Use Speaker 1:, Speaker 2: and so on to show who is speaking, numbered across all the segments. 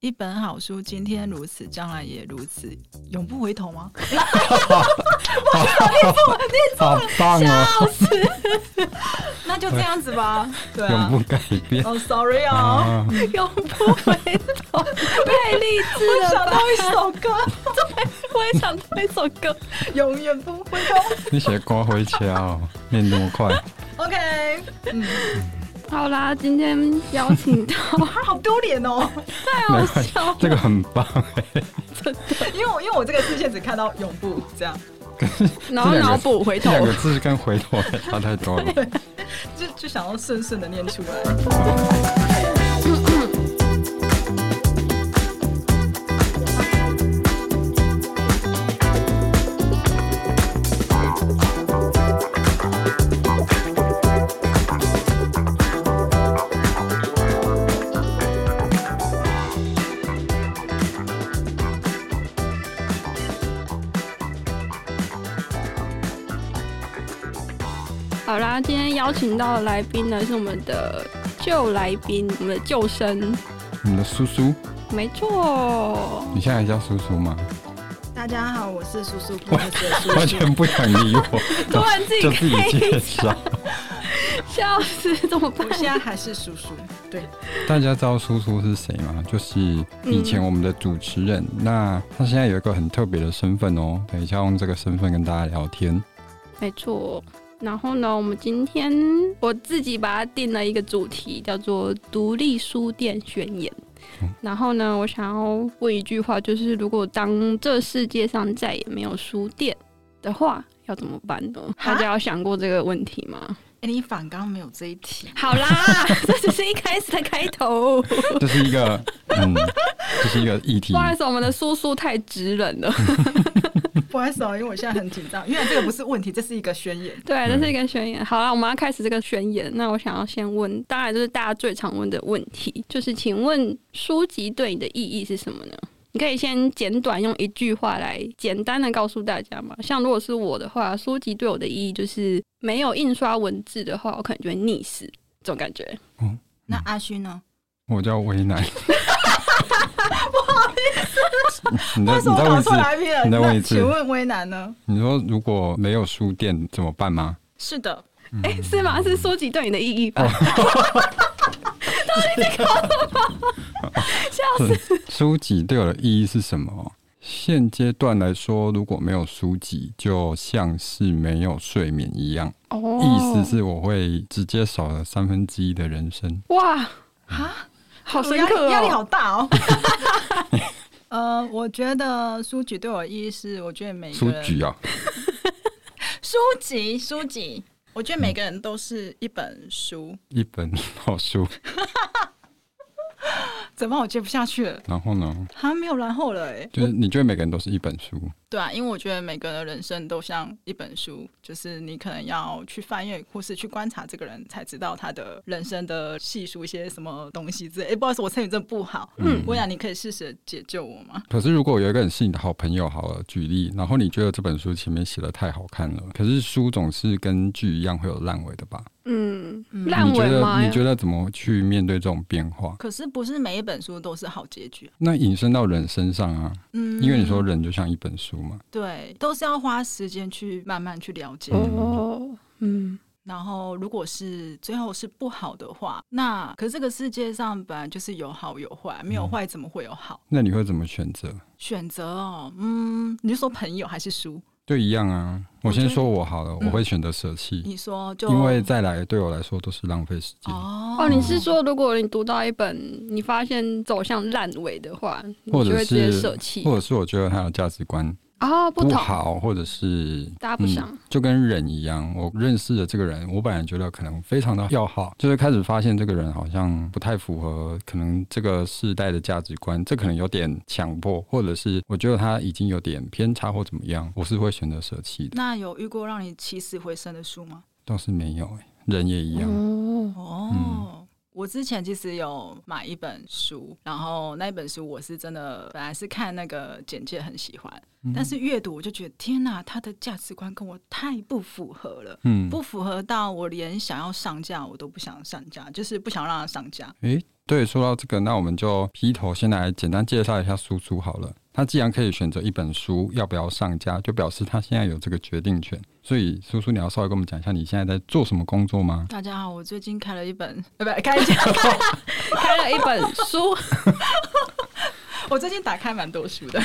Speaker 1: 一本好书，今天如此，将来也如此，永不回头吗？
Speaker 2: 好棒哦，
Speaker 1: 笑死！ 那就这样子吧。 对
Speaker 2: 永
Speaker 1: 啊。
Speaker 2: 不改变。
Speaker 1: 哦、s o r r y 哦，
Speaker 2: 啊，
Speaker 3: 永不回头， 太励志
Speaker 1: 我
Speaker 3: 了
Speaker 1: 想
Speaker 3: 吧！
Speaker 1: 到一首歌，
Speaker 3: 我也想到一首歌，
Speaker 1: 永远不回头。
Speaker 2: 你写刮回家哦，念那么快，
Speaker 1: OK，嗯，
Speaker 3: 好啦，今天邀请到，
Speaker 1: 他好丢脸哦，
Speaker 3: 太好笑了，
Speaker 2: 这个很棒哎、
Speaker 1: 因为我因为我这个视线只看到永不这样，
Speaker 3: 然后
Speaker 2: 这两个
Speaker 3: 脑补回
Speaker 2: 这
Speaker 3: 头，
Speaker 2: 两个字跟回头还差太多了。
Speaker 1: 就就想要顺顺的念出来。
Speaker 3: 好啦，今天邀请到的来宾呢是我们的旧来宾，我们的旧生，
Speaker 2: 你的叔叔，
Speaker 3: 没错。
Speaker 2: 你现在还叫叔叔吗？
Speaker 1: 大家好，我是叔叔不是
Speaker 2: 完全不想理 我，
Speaker 3: 突然自己
Speaker 2: 就自己
Speaker 3: 开
Speaker 2: 介绍。
Speaker 3: 笑死，怎么办
Speaker 1: 我？现在还是叔叔，对，
Speaker 2: 大家知道叔叔是谁吗？就是以前我们的主持人。
Speaker 3: 嗯
Speaker 2: 那他现在有一个很特别的身份哦，等一下用这个身份跟大家聊天。
Speaker 3: 没错。然后呢，我们今天我自己把它定了一个主题，叫做“独立书店宣言”
Speaker 2: 嗯。
Speaker 3: 然后呢，我想要问一句话，就是如果当这世界上再也没有书店的话，要怎么办呢？大家有想过这个问题吗？
Speaker 1: 哎、你反刚没有这一题，
Speaker 3: 好啦， 这只是一开始的开头。
Speaker 2: 这是一个，嗯，这是一个议题
Speaker 3: 不。好意思，我们的叔叔太直人了。
Speaker 1: 不好意思哦，因为我现在很紧张，因为这个不是问题，这是一个宣
Speaker 2: 嗯
Speaker 1: 言。
Speaker 3: 对，这是一个宣言。好了，我们要开始这个宣言。那我想要先问，当然就是大家最常问的问题，就是请问书籍对你的意义是什么呢？你可以先简短用一句话来简单的告诉大家嘛。像如果是我的话，书籍对我的意义就是没有印刷文字的话，我可能就会溺死这种感觉。
Speaker 1: 那阿勋呢？
Speaker 2: 我叫为 难。不好意思，你再
Speaker 1: 为什么
Speaker 2: 你再
Speaker 1: 搞
Speaker 2: 问一次
Speaker 1: 错，来宾了？
Speaker 2: 你再问一
Speaker 1: 那
Speaker 2: 次
Speaker 1: 请问威南呢？
Speaker 2: 你说如果没有书店怎么办吗？
Speaker 1: 是的，
Speaker 3: 哎、
Speaker 2: 嗯
Speaker 3: 是吗？是书籍对你的意义吧？
Speaker 2: 书籍对我的意义是什么？现阶段来说，如果没有书籍，就像是没有睡眠一样。
Speaker 3: 哦
Speaker 2: 意思是我会直接少了三分之一的人生。
Speaker 3: 哇，
Speaker 1: 啊，
Speaker 3: 好深刻哦！
Speaker 1: 压力好大 哦。呃，我觉得书籍对我的意义是，我觉得每个
Speaker 2: 书
Speaker 1: 人
Speaker 2: 局啊，
Speaker 1: 书籍书籍，我觉得每个人都是一本书。
Speaker 2: 一本好书。
Speaker 1: 怎么我接不下去了？
Speaker 2: 然后呢，
Speaker 1: 好像没有然后了哎、
Speaker 2: 就是你觉得每个人都是一本书，
Speaker 1: 对啊，因为我觉得每个人的人生都像一本书，就是你可能要去翻阅或是去观察这个人，才知道他的人生的细数一些什么东西之类。哎、不好意思，我成语真的不好。
Speaker 3: 嗯
Speaker 1: 薇然，你可以试试解救我吗？
Speaker 2: 可是如果有一个人是你的好朋友，好了，举例，然后你觉得这本书前面写的太好看了，可是书总是跟剧一样会有烂尾的吧？
Speaker 3: 嗯
Speaker 1: 嗯，
Speaker 3: 烂
Speaker 2: 你觉
Speaker 3: 尾
Speaker 2: 得
Speaker 3: 吗？
Speaker 2: 你觉得怎么去面对这种变化？
Speaker 1: 可是不是每一本书都是好结局啊、
Speaker 2: 那引申到人身上啊，
Speaker 1: 嗯
Speaker 2: 因为你说人就像一本书嘛，
Speaker 1: 对，都是要花时间去慢慢去了解。
Speaker 2: 嗯
Speaker 3: 哦，嗯，
Speaker 1: 然后，如果是最后是不好的话，那可是这个世界上本来就是有好有坏，没有坏怎么会有好？
Speaker 2: 那你会怎么选择？
Speaker 1: 选择哦，嗯，你就说朋友还是书？
Speaker 2: 就一样啊。我
Speaker 1: 觉得
Speaker 2: 先说我好了，
Speaker 1: 嗯
Speaker 2: 我会选择舍弃，
Speaker 1: 你说就
Speaker 2: 因为再来对我来说都是浪费时间。
Speaker 1: 哦
Speaker 3: 哦，你
Speaker 2: 嗯
Speaker 3: 是说，如果你读到一本你发现走向烂尾的话，你
Speaker 2: 或
Speaker 3: 就
Speaker 2: 者
Speaker 3: 会直接
Speaker 2: 是
Speaker 3: 舍弃
Speaker 2: 或者是我觉得他的价值观
Speaker 3: 啊、不
Speaker 2: 不
Speaker 3: 同，
Speaker 2: 好，或者是
Speaker 3: 搭不上。
Speaker 2: 嗯就跟人一样，我认识的这个人，我本来觉得可能非常的要好，就是开始发现这个人好像不太符合可能这个世代的价值观，这可能有点强迫，或者是我觉得他已经有点偏差或怎么样，我是会选择舍弃的。
Speaker 1: 那有遇过让你起死回生的书吗？
Speaker 2: 嗯
Speaker 3: 嗯
Speaker 2: 倒是没有、欸，人也一样，
Speaker 3: 哦，
Speaker 1: 哦，我之前其实有买一本书，然后那一本书我是真的本来是看那个简介很喜欢，但是阅读我就觉得天哪，他的价值观跟我太不符合了，
Speaker 2: 嗯，
Speaker 1: 不符合到我连想要上架我都不想上架，就是不想让它上架。
Speaker 2: 诶，对，说到这个，那我们就劈头先来简单介绍一下苏苏好了。他既然可以选择一本书要不要上架，就表示他现在有这个决定权。所以，苏苏，你要稍微跟我们讲一下你现在在做什么工作吗？
Speaker 1: 大家好，我最近开了一本，呃，不，开一间，
Speaker 3: 开了一本书，
Speaker 1: 我最近打开蛮多 书的，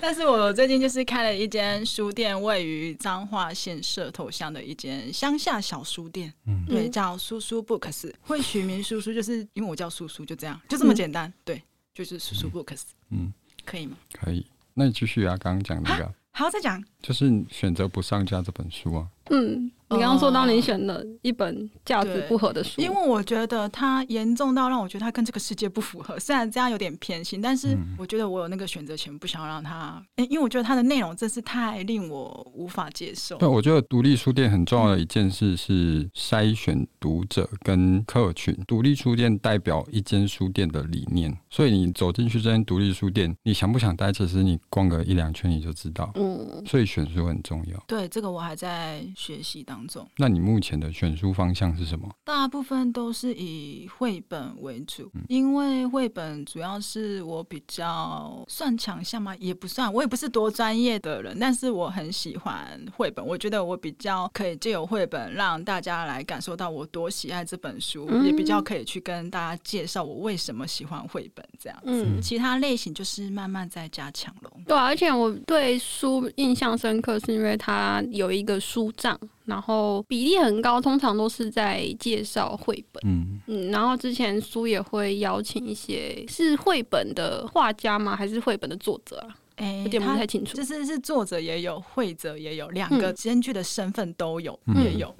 Speaker 1: 但是我最近就是开了一间书店，位于彰化县社头乡的一间乡下小书店，
Speaker 2: 嗯
Speaker 1: 对，叫叔叔 Books，会取名叔叔，就是因为我叫叔叔，就这样，就这么简单，对，就是叔叔 Books，
Speaker 2: 嗯，
Speaker 1: 可以吗？
Speaker 2: 可以。那你继续啊，刚刚讲那个，
Speaker 1: 还要再讲，
Speaker 2: 就是选择不上架这本书啊。
Speaker 3: 嗯，你刚刚说到你选了一本价值不合的书，
Speaker 1: 哦因为我觉得它严重到让我觉得它跟这个世界不符合。虽然这样有点偏心，但是
Speaker 2: 嗯
Speaker 1: 我觉得我有那个选择权，不想让它、诶因为我觉得它的内容真是太令我无法接受。
Speaker 2: 对，我觉得独立书店很重要的一件事是筛选读者跟客群。独立书店代表一间书店的理念，所以你走进去这间独立书店，你想不想待？其实你逛个一两圈你就知道。
Speaker 3: 嗯，
Speaker 2: 所以选书很重要。
Speaker 1: 对，这个我还在学习当中，
Speaker 2: 那你目前的选书方向是什么？
Speaker 1: 大部分都是以绘本为主，因为绘本主要是我比较算强项嘛，也不算，我也不是多专业的人，但是我很喜欢绘本，我觉得我比较可以借由绘本让大家来感受到我多喜爱这本书，
Speaker 3: 嗯
Speaker 1: 也比较可以去跟大家介绍我为什么喜欢绘本这样。
Speaker 3: 嗯，
Speaker 1: 其他类型就是慢慢在加强喽。
Speaker 3: 对啊、而且我对书印象深刻，是因为它有一个书账，然后比例很高，通常都是在介绍绘本。
Speaker 2: 嗯，
Speaker 3: 嗯，然后之前书也会邀请一些是绘本的画家吗？还是绘本的作者啊？
Speaker 1: 哎、
Speaker 3: 有点不
Speaker 1: 它
Speaker 3: 太清楚。嗯
Speaker 1: 就是是作者也有，绘者也有，两个兼具的身份都有，
Speaker 2: 嗯
Speaker 1: 也有。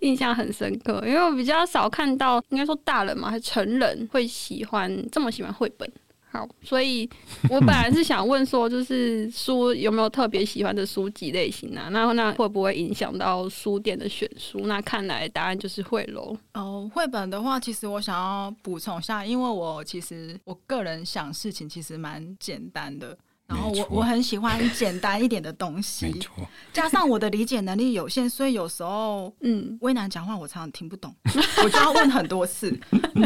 Speaker 3: 印象很深刻，因为我比较少看到，应该说大人嘛，还是成人会喜欢这么喜欢绘本。好，所以我本来是想问说，就是书有没有特别喜欢的书籍类型啊？那那会不会影响到书店的选书？那看来答案就是会喽。
Speaker 1: 哦，绘本的话，其实我想要补充一下，因为我其实我个人想事情其实蛮简单的。然后
Speaker 2: 没
Speaker 1: 我
Speaker 2: 错
Speaker 1: 我很喜欢简单一点的东西
Speaker 2: 没，错。
Speaker 1: 加上我的理解能力有限，所以有时候
Speaker 3: 嗯，
Speaker 1: 威南讲话我常常听不懂， 我就要问很多 次，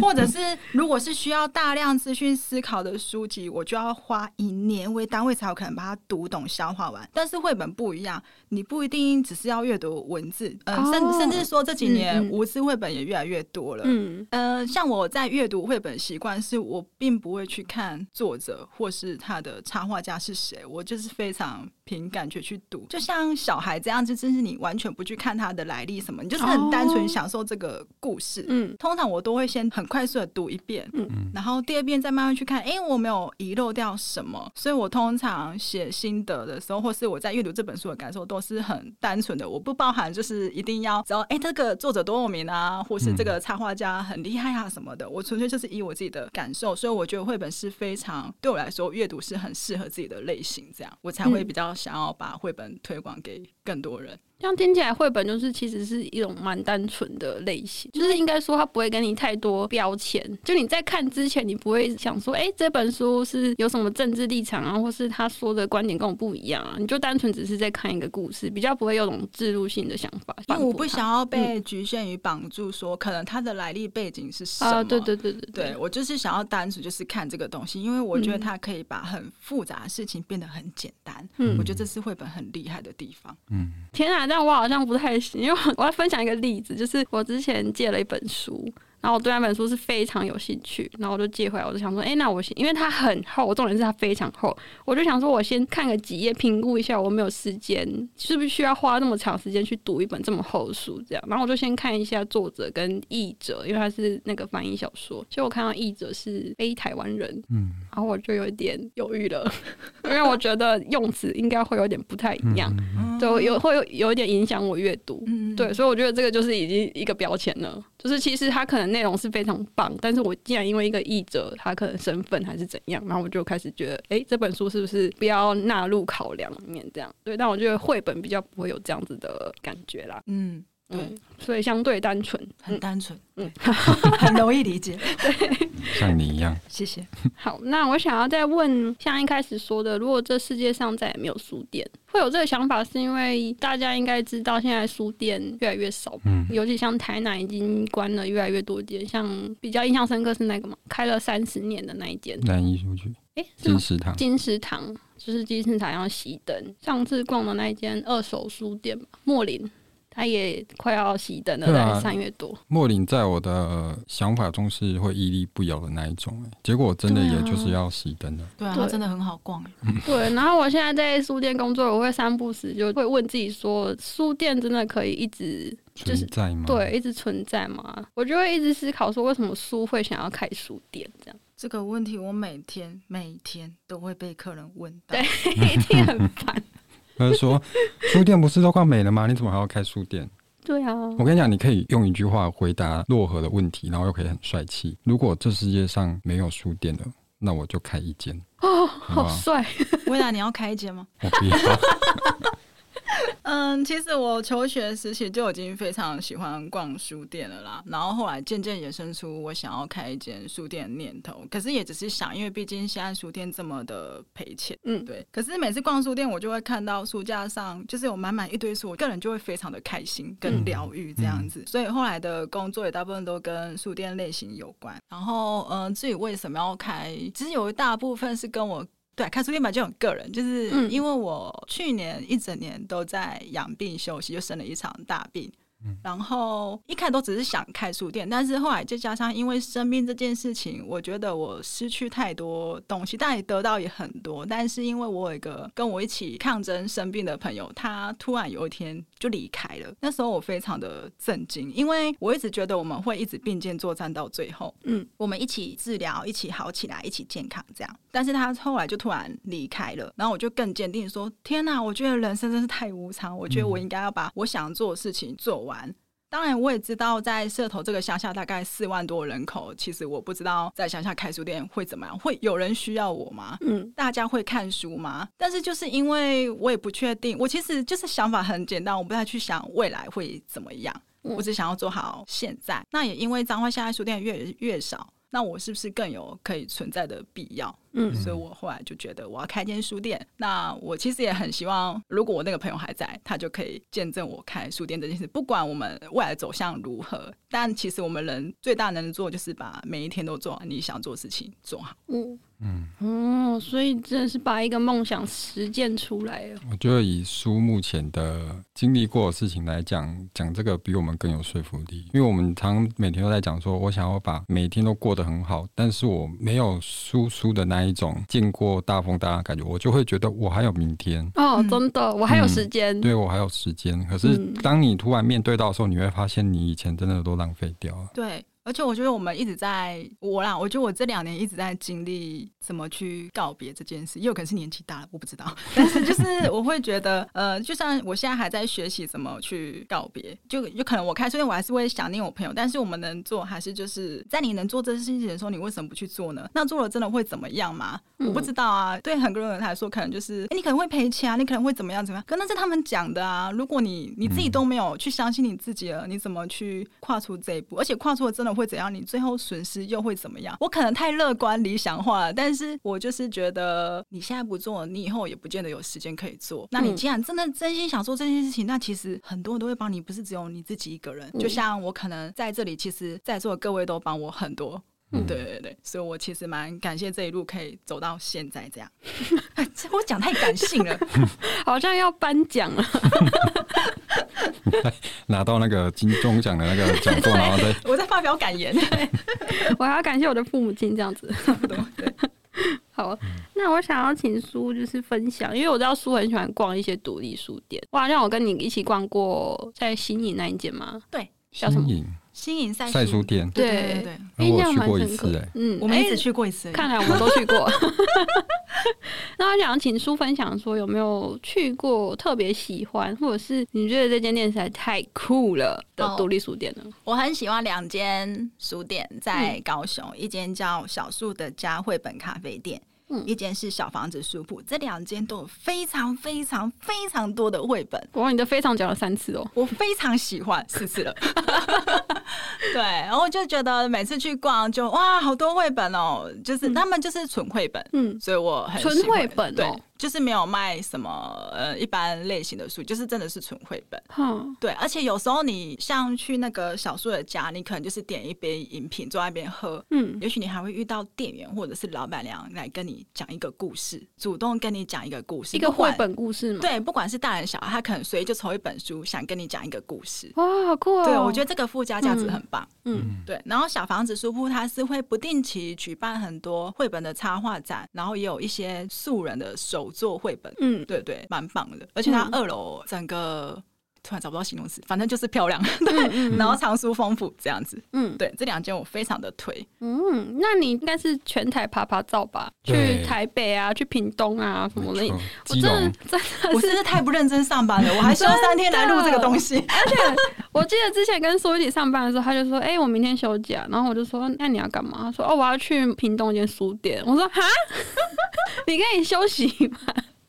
Speaker 1: 或者是如果是需要大量资讯思考的书籍，我就要花以年为单位才有可能把它读懂消化完。但是绘本不一样，你不一定只是要阅读文字，嗯、
Speaker 3: 哦
Speaker 1: 甚甚至说这几年
Speaker 3: 嗯嗯
Speaker 1: 无知绘本也越来越多了。
Speaker 3: 嗯
Speaker 1: 呃，像我在阅读绘本习惯是，我并不会去看作者或是他的插画家是谁，我就是非常凭感觉去读。就像小孩这样，就真是你完全不去看他的来历什么，你就是很单纯
Speaker 3: 哦
Speaker 1: 享受这个故事。
Speaker 3: 嗯
Speaker 1: 通常我都会先很快速的读一遍，
Speaker 3: 嗯
Speaker 1: 然后第二遍再慢慢去看，诶，我没有遗漏掉什么，所以我通常写心得的时候，或是我在阅读这本书的感受都是很单纯的，我不包含就是一定要只要诶，这个作者多有名啊，或
Speaker 3: 嗯
Speaker 1: 是这个插画家很厉害啊什么的，我纯粹就是以我自己的感受，所以我觉得绘本是非常对我来说阅读是很适合自己的类型，这样我才会
Speaker 3: 嗯
Speaker 1: 比较想要把绘本推广给更多人。
Speaker 3: 这样听起来，绘本就是其实是一种蛮单纯的类型，就是应该说它不会给你太多标签。就你在看之前，你不会想说，哎、这本书是有什么政治立场啊，或是他说的观点跟我不一样啊，你就单纯只是在看一个故事，比较不会有种置入性的想法。
Speaker 1: 因为我
Speaker 3: 反驳嗯
Speaker 1: 不
Speaker 3: 它
Speaker 1: 想要被局限于绑住说可能它的来历背景是什么。
Speaker 3: 啊，对对对对
Speaker 1: 对，我就是想要单纯就是看这个东西，因为我觉得它可以把很复杂的事情变得很简单。
Speaker 3: 嗯
Speaker 1: 我觉得这是绘本很厉害的地方。
Speaker 2: 嗯，
Speaker 3: 天啊，但我好像不太行，因为我 要分享一个例子，就是我之前借了一本书，然后我对那本书是非常有兴趣，然后我就借回来，我就想说，哎、那我先，因为它很厚，重点是它非常厚，我就想说我先看个几页，评估一下我有没有时间，是不是需要花那么长时间去读一本这么厚的书，这样，然后我就先看一下作者跟译者，因为它是那个翻译小说，所以我看到译者是非台湾人，
Speaker 2: 嗯，
Speaker 3: 然后我就有一点犹豫了， 因为我觉得用词应该会有点不太一样。
Speaker 1: 嗯
Speaker 3: 对，有会有有一点影响我阅读。
Speaker 1: 嗯
Speaker 3: 对，所以我觉得这个就是已经一个标签了，就是其实它可能内容是非常棒，但是我竟然因为一个译者，他可能身份还是怎样，然后我就开始觉得，哎、这本书是不是不要纳入考量里面这样？对，但我觉得绘本比较不会有这样子的感觉啦。
Speaker 1: 嗯，对，
Speaker 3: 所以相对单纯。
Speaker 1: 很单纯，
Speaker 3: 嗯
Speaker 1: 对很容易理解。
Speaker 2: 像你一样，
Speaker 1: 谢谢。
Speaker 3: 好，那我想要再问，像一开始说的，如果这世界上再也没有书店，会有这个想法，是因为大家应该知道现在书店越来越少吧，
Speaker 2: 嗯
Speaker 3: 尤其像台南已经关了越来越多间，像比较印象深刻是那个嘛，开了三十年的那一间，
Speaker 2: 南艺书局、
Speaker 3: 诶，是
Speaker 2: 金
Speaker 3: 吗？
Speaker 2: 石堂，
Speaker 3: 金石堂就是金石堂要熄灯，上次逛的那一间二手书店吧，莫林。它也快要熄灯了，
Speaker 2: 对
Speaker 3: 在
Speaker 2: 啊
Speaker 3: 三月多。
Speaker 2: 莫林在我的呃想法中是会屹立不摇的那一种、欸，结果真的
Speaker 3: 对啊
Speaker 2: 也就是要熄灯了。
Speaker 1: 对啊，
Speaker 3: 对
Speaker 1: 它真的很好逛欸，
Speaker 2: 嗯
Speaker 3: 对，然后我现在在书店工作，我会三不时就会问自己说，书店真的可以一直就
Speaker 2: 存
Speaker 3: 是
Speaker 2: 在吗？
Speaker 3: 对，一直存在吗？我就会一直思考说，为什么书会想要开书店这样？
Speaker 1: 这个问题我每天每天都会被客人问到。
Speaker 3: 一定很烦。
Speaker 2: 他就说书店不是都快没了吗？你怎么还要开书店？
Speaker 3: 对啊，
Speaker 2: 我跟你讲，你可以用一句话回答洛河的问题，然后又可以很帅气。如果这世界上没有书店了，那我就开一间。
Speaker 3: 哦，
Speaker 2: 好
Speaker 3: 好
Speaker 2: 吧
Speaker 3: 帅，
Speaker 1: 薇娜，你要开一间吗？
Speaker 2: 我不要，
Speaker 1: 嗯，其实我求学时期就已经非常喜欢逛书店了啦，然后后来渐渐衍生出我想要开一间书店的念头，可是也只是想，因为毕竟现在书店这么的赔钱，
Speaker 3: 嗯，
Speaker 1: 对。可是每次逛书店，我就会看到书架上就是有满满一堆书，我个人就会非常的开心跟疗愈这样子，所以后来的工作也大部分都跟书店类型有关。然后，嗯、至于为什么要开，其实有一大部分是跟我对，看书店版就很个人，就是
Speaker 3: 嗯
Speaker 1: 因为我去年一整年都在养病休息，就生了一场大病。然后一开始都只是想开书店，但是后来再加上因为生病这件事情，我觉得我失去太多东西，但也得到也很多。但是因为我有一个跟我一起抗争生病的朋友，他突然有一天就离开了，那时候我非常的震惊，因为我一直觉得我们会一直并肩作战到最后，
Speaker 3: 嗯，
Speaker 1: 我们一起治疗，一起好起来，一起健康这样。但是他后来就突然离开了，然后我就更坚定说：天哪，我觉得人生真是太无常，我觉得我应该要把我想做的事情做完。当然，我也知道在社头这个乡下大概四万多人口，其实我不知道在乡下开书店会怎么样，会有人需要我吗？
Speaker 3: 嗯，
Speaker 1: 大家会看书吗？但是就是因为我也不确定，我其实就是想法很简单，我不太去想未来会怎么样，
Speaker 3: 嗯
Speaker 1: 我只想要做好现在。那也因为彰化现在书店越越少，那我是不是更有可以存在的必要？
Speaker 3: 嗯
Speaker 1: 所以我后来就觉得我要开间书店。那我其实也很希望，如果我那个朋友还在，他就可以见证我开书店这件事，不管我们未来走向如何。但其实我们人最大能做就是把每一天都做好你想做的事情做好。
Speaker 3: 嗯嗯，哦，所以真的是把一个梦想实践出来了。
Speaker 2: 我觉得以书目前的经历过的事情来讲，讲这个比我们更有说服力，因为我们常每天都在讲说，我想要把每天都过得很好，但是我没有输出的那一种见过大风大浪的感觉，我就会觉得我还有明天。
Speaker 3: 哦，
Speaker 1: 嗯
Speaker 3: 真的，我还有
Speaker 2: 嗯
Speaker 3: 时间。
Speaker 2: 对我还有时间，可是
Speaker 3: 嗯
Speaker 2: 当你突然面对到的时候，你会发现你以前真的都浪费掉了。
Speaker 1: 对，而且我觉得我们一直在我啦，我觉得我这两年一直在经历怎么去告别这件事，也有可能是年纪大了，我不知道。但是就是我会觉得，呃，就算我现在还在学习怎么去告别，就有可能我开书店，我还是会想念我朋友，但是我们能做还是就是在你能做这件事情的时候，你为什么不去做呢？那做了真的会怎么样吗？
Speaker 3: 嗯
Speaker 1: 我不知道啊。对很多人来说，可能就是、诶你可能会赔钱啊，你可能会怎么样怎么样，可那是他们讲的啊。如果你你自己都没有去相信你自己了，你怎么去跨出这一步？而且跨出了真的会怎样？你最后损失又会怎么样？我可能太乐观理想化了，但是我就是觉得你现在不做，你以后也不见得有时间可以做。那你
Speaker 3: 嗯
Speaker 1: 既然真的真心想做这件事情，那其实很多人都会帮你，不是只有你自己一个人。
Speaker 3: 嗯
Speaker 1: 就像我可能在这里，其实在座的各位都帮我很多，
Speaker 3: 嗯
Speaker 1: 对对对，所以我其实蛮感谢这一路可以走到现在这样。 这我讲太感性了，
Speaker 3: 好像要颁奖 了。
Speaker 2: 拿到那个金钟奖的那个奖 座，然后再
Speaker 1: 我在发表感 言。
Speaker 3: 我还要感谢我的父母亲这样子。
Speaker 1: 对，
Speaker 3: 好，
Speaker 2: 嗯
Speaker 3: 那我想要请苏就是分享，因为我知道苏很喜欢逛一些独立书店。哇，让我跟你一起逛过在新颖那一间吗？叫什么
Speaker 2: 新颖
Speaker 1: 新营赛
Speaker 2: 赛书，店，
Speaker 1: 对对对对，
Speaker 2: 我
Speaker 3: 印象
Speaker 2: 去
Speaker 3: 蛮
Speaker 2: 过一
Speaker 3: 深刻
Speaker 2: 次
Speaker 3: 的。
Speaker 2: 哎、
Speaker 3: 嗯，
Speaker 1: 我们
Speaker 3: 哎
Speaker 1: 一直去过一次而已。
Speaker 3: 看来我们都 去过。那我想请苏分享说，有没有去过特别喜欢，或者是你觉得这间店实在太酷了的
Speaker 1: 哦
Speaker 3: 独立书店呢？
Speaker 1: 我很喜欢两间书店在高雄，一间叫小树的家绘本咖啡店，
Speaker 3: 嗯
Speaker 1: 一间是小房子书铺，这两间都有非常非常非常多的绘本。
Speaker 3: 哇，你的非常讲了三次哦。
Speaker 1: 我非常喜欢，四 次了。对，然后我就觉得每次去逛就哇，好多绘本哦，就是、他们就是纯绘本，
Speaker 3: 嗯，
Speaker 1: 所以我很喜欢
Speaker 3: 纯绘本
Speaker 1: 对
Speaker 3: 哦，
Speaker 1: 就是没有卖什么呃一般类型的书，就是真的是纯绘本。
Speaker 3: 哼，
Speaker 1: 对，而且有时候你像去那个小树的家，你可能就是点一杯饮品，坐在那边喝。
Speaker 3: 嗯，
Speaker 1: 也许你还会遇到店员或者是老板娘来跟你讲一个故事，主动跟你讲一个故事，
Speaker 3: 一个
Speaker 1: 不管
Speaker 3: 绘本故事嘛。，
Speaker 1: 对，不管是大人小孩，他可能随意就抽一本书，想跟你讲一个故事。
Speaker 3: 哇，好酷哦。
Speaker 1: 对，我觉得这个附加价值
Speaker 3: 嗯
Speaker 1: 很棒。
Speaker 3: 嗯，
Speaker 1: 对，然后小房子书铺它是会不定期举办很多绘本的插画展，然后也有一些素人的手作绘本。
Speaker 3: 嗯
Speaker 1: 对对，蛮棒的。而且它
Speaker 3: 嗯
Speaker 1: 二楼整个突然找不到形容词，反正就是漂亮，
Speaker 3: 嗯，
Speaker 1: 然后藏书丰富这样子。
Speaker 3: 嗯，
Speaker 1: 对，这两间我非常的推。
Speaker 3: 嗯，那你应该是全台爬爬照吧？去
Speaker 2: 对
Speaker 3: 台北啊，去屏东啊什么
Speaker 2: 嗯
Speaker 3: 的。
Speaker 2: 没错
Speaker 3: 我
Speaker 2: 基
Speaker 3: 真的
Speaker 2: 隆
Speaker 3: 真的
Speaker 1: 我
Speaker 3: 是
Speaker 1: 真是太不认真上 班了，我还休三天来录这个东西。
Speaker 3: 我记得之前跟苏一起上班的时候，他就说：“哎、我明天休假。”然后我就说：“那你要干嘛？”他说：“哦，我要去屏东一间书店。”我说：“哈， 你可以休息吗？”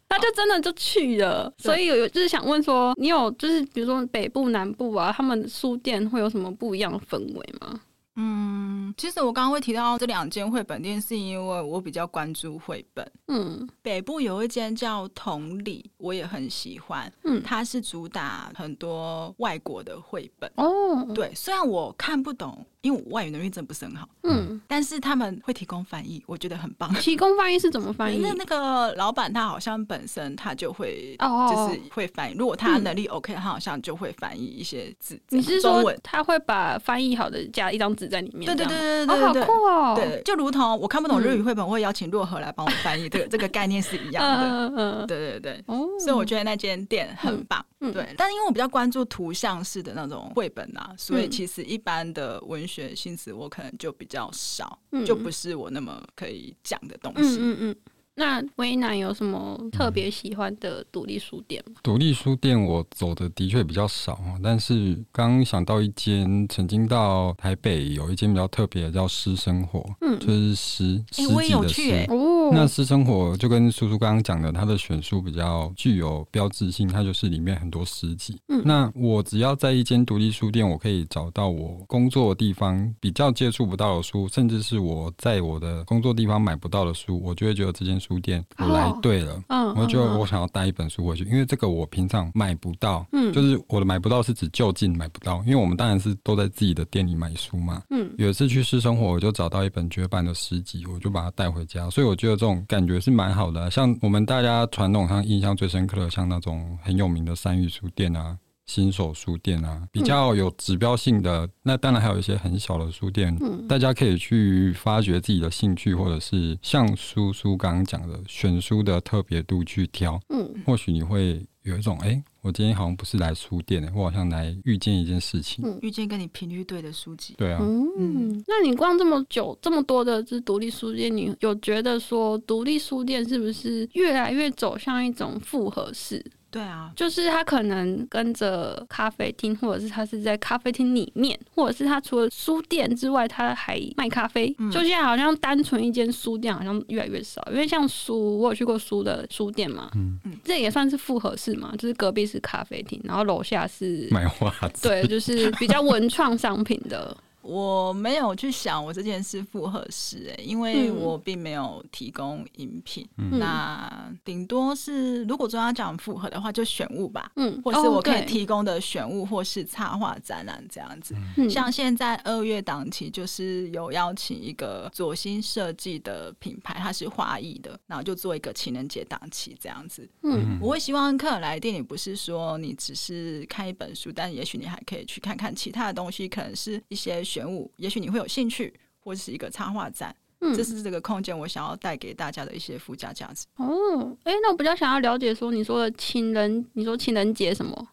Speaker 3: 他就真的就去了。所以有有就是想问说，你有就是比如说北部、南部啊，他们书店会有什么不一样的氛围吗？
Speaker 1: 嗯，其实我刚刚会提到这两间绘本店，是因为我比较关注绘本。
Speaker 3: 嗯
Speaker 1: 北部有一间叫同里，我也很喜欢，
Speaker 3: 嗯，
Speaker 1: 它是主打很多外国的绘本。
Speaker 3: 哦，
Speaker 1: 对，虽然我看不懂，因为我外语能力真的不是很好，
Speaker 3: 嗯，
Speaker 1: 但是他们会提供翻译，我觉得很棒。
Speaker 3: 提供翻译是怎么翻译？
Speaker 1: 那那个老板他好像本身他就会，
Speaker 3: 哦哦
Speaker 1: 就
Speaker 3: 哦
Speaker 1: 是会翻译。如果他能力 OK，他好像就会翻译一些字。
Speaker 3: 你是
Speaker 1: 中
Speaker 3: 说
Speaker 1: 文？
Speaker 3: 他会把翻译好的加一张纸在里面？
Speaker 1: 对对对对
Speaker 3: 这样
Speaker 1: 对对
Speaker 3: 吗
Speaker 1: 对
Speaker 3: 哦，好酷哦！
Speaker 1: 对，就如同我看不懂日语
Speaker 3: 嗯
Speaker 1: 绘本，我也邀请若何来帮我翻译，这个这个概念是一样的。
Speaker 3: 嗯，嗯嗯嗯，
Speaker 1: 对对对，
Speaker 3: 哦，
Speaker 1: 所以我觉得那间店很棒。
Speaker 3: 嗯嗯
Speaker 1: 对，但是因为我比较关注图像式的那种绘本啊，所以
Speaker 3: 嗯
Speaker 1: 其实一般的文学心思我可能就比较少，
Speaker 3: 嗯
Speaker 1: 就不是我那么可以讲的东
Speaker 3: 嗯
Speaker 1: 西。
Speaker 3: 嗯嗯。那威南有什么特别喜欢的独立书店吗？
Speaker 2: 独立书店我走的的确比较少哦，但是刚刚想到一间，曾经到台北有一间比较特别的叫诗生活，
Speaker 3: 嗯
Speaker 2: 就是诗
Speaker 1: 诶
Speaker 2: 诗
Speaker 1: 我也
Speaker 2: 季
Speaker 1: 有
Speaker 2: 的
Speaker 1: 去
Speaker 2: 诗
Speaker 1: 诶。
Speaker 3: 哦
Speaker 2: 那私生活就跟叔叔刚刚讲的，他的选书比较具有标志性，它就是里面很多诗集。
Speaker 3: 嗯
Speaker 2: 那我只要在一间独立书店，我可以找到我工作的地方比较接触不到的书，甚至是我在我的工作地方买不到的书，我就会觉得这间书店我来
Speaker 3: 哦
Speaker 2: 对了。
Speaker 3: 嗯，
Speaker 2: 我觉得我
Speaker 3: 嗯
Speaker 2: 想要带一本书回去，因为这个我平常买不到，
Speaker 3: 嗯
Speaker 2: 就是我的买不到是指就近买不到，因为我们当然是都在自己的店里买书嘛。
Speaker 3: 嗯
Speaker 2: 有一次去私生活，我就找到一本绝版的诗集，我就把它带回家，所以我觉得这种感觉是蛮好的啊、像我们大家传统上印象最深刻的，像那种很有名的三育书店啊。新手书店啊，比较有指标性的，那当然还有一些很小的书店，
Speaker 3: 嗯
Speaker 2: 大家可以去发掘自己的兴趣，或者是像叔叔刚刚讲的，选书的特别度去挑，
Speaker 3: 嗯
Speaker 2: 或许你会有一种，哎、我今天好像不是来书店的、我好像来遇见一件事情。
Speaker 3: 嗯
Speaker 1: 遇见跟你频率对的书籍，
Speaker 2: 对啊，
Speaker 3: 嗯。那你逛这么久，这么多的就是独立书店，你有觉得说独立书店是不是越来越走向一种复合式？
Speaker 1: 对啊，
Speaker 3: 就是它可能跟着咖啡厅，或者是它是在咖啡厅里面，或者是它除了书店之外，它还卖咖啡。
Speaker 1: 嗯
Speaker 3: 就现在好像单纯一间书店好像越来越少，因为像书，我有去过书的书店嘛，
Speaker 2: 嗯
Speaker 1: 嗯
Speaker 3: 这也算是复合式嘛，就是隔壁是咖啡厅，然后楼下是。
Speaker 2: 买袜子。
Speaker 3: 对，就是比较文创商品的，
Speaker 1: 我没有去想我这件事复合式、欸，因为
Speaker 3: 嗯
Speaker 1: 我并没有提供饮品。
Speaker 2: 嗯
Speaker 1: 那顶多是，如果说要讲复合的话，就选物吧，
Speaker 3: 嗯，
Speaker 1: 或是
Speaker 3: 哦
Speaker 1: 我可以
Speaker 3: 对
Speaker 1: 提供的选物，或是插画展览这样子。
Speaker 3: 嗯
Speaker 1: 像现在二月档期，就是有邀请一个左心设计的品牌，它是花艺的，然后就做一个情人节档期这样子。
Speaker 3: 嗯
Speaker 1: 我会希望客人来店里，不是说你只是看一本书，但也许你还可以去看看其他的东西，可能是一些玄武，也许你会有兴趣，或是一个插画展。
Speaker 3: 嗯
Speaker 1: 这是这个空间我想要带给大家的一些附加价值。
Speaker 3: 哦，哎、那我比较想要了解说，你说的情人，你说情人节什么？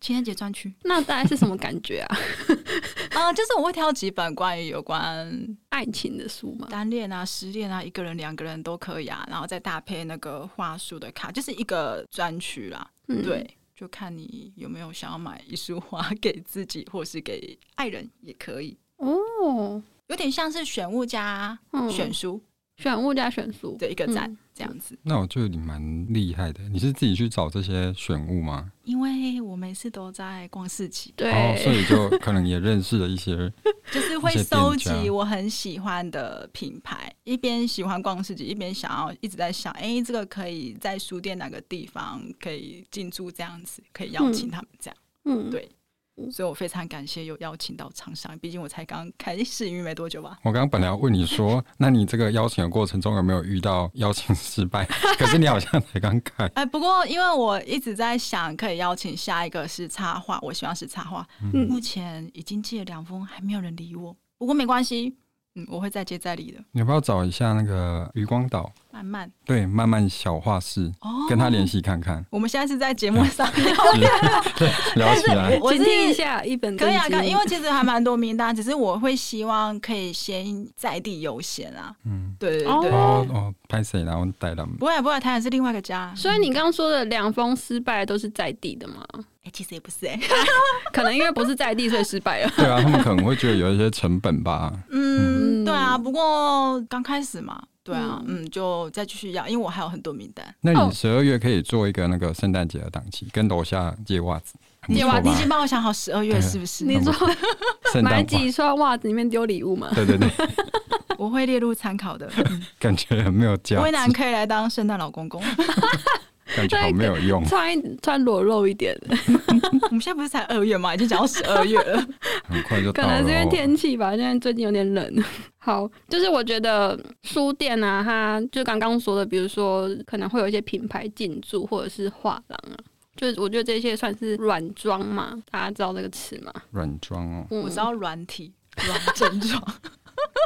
Speaker 1: 情人节专区，
Speaker 3: 那大概是什么感觉啊？
Speaker 1: 啊，就是我会挑几本关于有关
Speaker 3: 爱情的书吗？
Speaker 1: 单恋啊、失恋啊，一个人、两个人都可以啊，然后再搭配那个话术的卡，就是一个专区啦。
Speaker 3: 嗯，
Speaker 1: 对，就看你有没有想要买一束花给自己，或是给爱人也可以，
Speaker 3: 哦，
Speaker 1: 有点像是选物加
Speaker 3: 嗯
Speaker 1: 选书。
Speaker 3: 选物加选书
Speaker 1: 的一个站、
Speaker 3: 嗯
Speaker 1: 这样子。
Speaker 2: 那我觉得你蛮厉害的，你是自己去找这些选物吗？
Speaker 1: 因为我每次都在逛市集，
Speaker 3: 嗯对，
Speaker 2: 哦，所以就可能也认识了一些。
Speaker 1: 就是会
Speaker 2: 一些店
Speaker 1: 收
Speaker 2: 家
Speaker 1: 集我很喜欢的品牌，一边喜欢逛市集，一边想要一直在想，哎、这个可以在书店哪个地方可以进驻，这样子可以邀请他们这样。
Speaker 3: 嗯，
Speaker 1: 对所以我非常感谢有邀请到厂商，毕竟我才刚开始营运没多久吧。
Speaker 2: 我刚刚本来要问你说，那你这个邀请的过程中有没有遇到邀请失败？可是你好像才刚开，
Speaker 1: 哎，不过因为我一直在想，可以邀请下一个是插画，我希望是插画。
Speaker 3: 嗯
Speaker 1: 目前已经寄了两封，还没有人理我。不过没关系，嗯，我会再接再厉的，
Speaker 2: 你要不要找一下那个余光岛？
Speaker 1: 慢慢
Speaker 2: 对，慢慢小画室，
Speaker 1: 哦，
Speaker 2: 跟他联。系 看看，
Speaker 1: 我们现在是在节目上
Speaker 2: 聊起来。
Speaker 1: 我
Speaker 3: 请
Speaker 1: 是
Speaker 3: 听一下一本
Speaker 1: 可以啊，
Speaker 3: 正
Speaker 1: 可
Speaker 3: 经
Speaker 1: 以，因为其实还蛮多名单，只是我会希望可以先在地优先啊。
Speaker 2: 嗯，
Speaker 1: 对对
Speaker 3: 哦
Speaker 1: 对，
Speaker 2: 哦哦，拍谁？然后带他们。
Speaker 1: 不会不会，台南是另外一个家。
Speaker 3: 所以你刚刚说的两封失败都是在地的嘛？
Speaker 1: 哎，其实也不是哎，
Speaker 3: 可能因为不是在地，所以失败了。
Speaker 2: 对啊，他们可能会觉得有一些成本吧。
Speaker 1: 嗯，
Speaker 3: 嗯
Speaker 1: 对啊，不过刚开始嘛，对啊，
Speaker 3: 嗯
Speaker 1: 嗯，就再继续要，因为我还有很多名单。
Speaker 2: 那你
Speaker 3: 哦
Speaker 2: 十二月可以做一个那个圣诞节的档期，跟楼下借袜子，很不
Speaker 1: 你哇，
Speaker 2: 错
Speaker 1: 你
Speaker 2: 吧
Speaker 1: 已？经帮我想好十二月
Speaker 2: 对
Speaker 1: 是不是？
Speaker 3: 你说
Speaker 2: 圣
Speaker 3: 买
Speaker 2: 诞
Speaker 3: 几双袜子里面丢礼物嘛？
Speaker 2: 对对对，
Speaker 1: 我会列入参考 的。
Speaker 2: 感觉很没有价
Speaker 1: 威南
Speaker 2: 值，
Speaker 1: 可以来当圣诞老公公。
Speaker 2: 感觉好没有用。
Speaker 3: 穿一穿裸露一点，
Speaker 1: 我们现在不是才二月嘛，已经讲到十二月 了。
Speaker 2: 很快就
Speaker 3: 可
Speaker 2: 到了
Speaker 3: 能是因为
Speaker 2: 哦。
Speaker 3: 天气吧，现在最近有点冷。 好，就是我觉得书店啊，它就刚刚说的，比如说可能会有一些品牌进驻，或者是画廊啊，就是我觉得这些算是软装嘛，大家知道这个词吗？
Speaker 2: 软装哦，
Speaker 3: 嗯
Speaker 1: 我知道软体、软症状，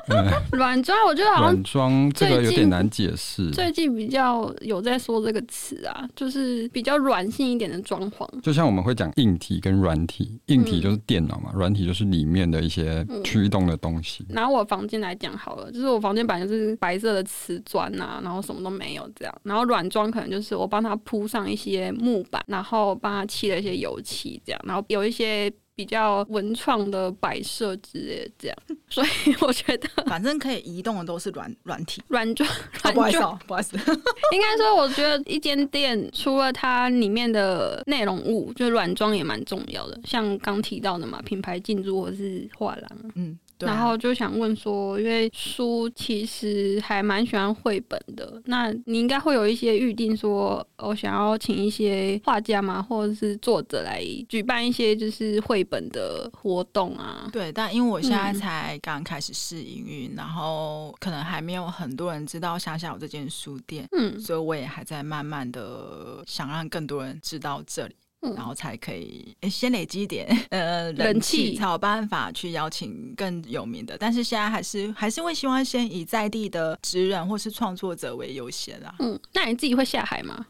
Speaker 2: 嗯
Speaker 3: 软装，我觉得好像
Speaker 2: 软装这个
Speaker 3: 最
Speaker 2: 有
Speaker 3: 近
Speaker 2: 点难解释。
Speaker 3: 最近比较有在说这个词啊，就是比较软性一点的装潢。
Speaker 2: 就像我们会讲硬体跟软体，硬体
Speaker 3: 嗯
Speaker 2: 就是电脑嘛，软体就是里面的一些驱动的东西。
Speaker 3: 拿我房间来讲好了，就是我房间本来就是白色的瓷砖啊，然后什么都没有这样，然后软装可能就是我帮它铺上一些木板，然后帮它漆了一些油漆这样，然后有一些比较文创的摆设之类的这样， 所以我觉得
Speaker 1: 反正可以移动的都是软软体。
Speaker 3: 软装
Speaker 1: 啊，
Speaker 3: 软
Speaker 1: 不好意思
Speaker 3: 装
Speaker 1: 哦，不好意思。
Speaker 3: 应该说，我觉得一间店除了它里面的内容物，就是软装也蛮重要的，像刚提到的嘛，品牌进驻或是画廊。
Speaker 1: 嗯，对啊。
Speaker 3: 然后就想问说，因为书其实还蛮喜欢绘本的，那你应该会有一些预定说，我想要请一些画家嘛，或者是作者来举办一些就是绘本的活动啊。
Speaker 1: 对，但因为我现在
Speaker 3: 嗯
Speaker 1: 才刚开始试营运，然后可能还没有很多人知道乡下有这间书店，
Speaker 3: 嗯
Speaker 1: 所以我也还在慢慢的想让更多人知道这里。
Speaker 3: 嗯
Speaker 1: 然后才可以、诶先累积一点呃
Speaker 3: 人气
Speaker 1: 才有办法去邀请更有名的。但是现在还是还是会希望先以在地的职人或是创作者为优先啦。
Speaker 3: 嗯，那你自己会下海吗？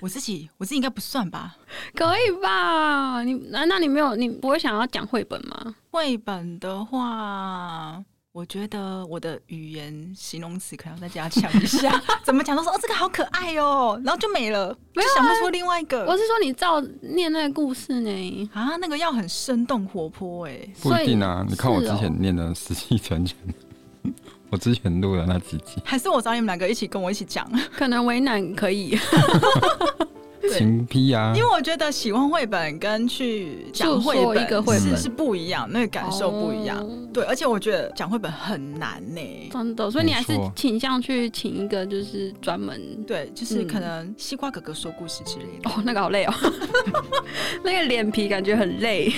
Speaker 1: 我自己我自己应该不算吧。
Speaker 3: 可以吧？你那那你没有，你不会想要讲绘本吗？
Speaker 1: 绘本的话，我觉得我的语言形容词可能要再加强一下， 怎么讲都说哦这个好可爱哦，然后就没了，
Speaker 3: 没有啊
Speaker 1: 就想不出另外一个
Speaker 3: 我是说你照念那个故事呢，
Speaker 1: 啊，那个要很生动活泼哎、
Speaker 2: 不一定啊，
Speaker 3: 所以
Speaker 2: 你看我之
Speaker 3: 是哦
Speaker 2: 前念的《死气沉沉》， 我之前录的那几集，
Speaker 1: 还是我找你们两个一起跟我一起讲，
Speaker 3: 可能为难可以
Speaker 1: 对
Speaker 2: 情批啊
Speaker 1: 因，为我觉得喜欢绘本跟去讲绘
Speaker 3: 就说一个绘
Speaker 1: 本是
Speaker 2: 本
Speaker 1: 是不一样，那个感受不一样。
Speaker 3: 哦
Speaker 1: 对，而且我觉得讲绘本很难呢、
Speaker 3: 真的，所以你还是
Speaker 2: 没错
Speaker 3: 倾向去请一个就是专门
Speaker 1: 对，就是
Speaker 3: 嗯
Speaker 1: 可能西瓜哥哥说故事之类的。
Speaker 3: 哦，那个好累哦， 那个脸皮感觉很累。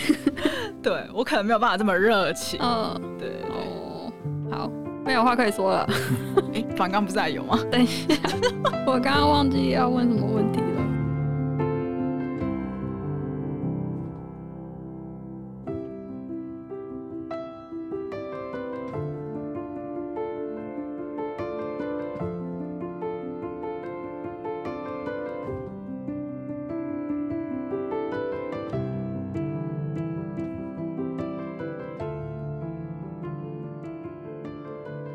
Speaker 1: 对我可能没有办法这么热情。
Speaker 3: 呃，
Speaker 1: 对对对，
Speaker 3: 哦，好，没有话可以说了，
Speaker 1: 哎、反刚不是还有吗？
Speaker 3: 我刚刚忘记要问什么问题了。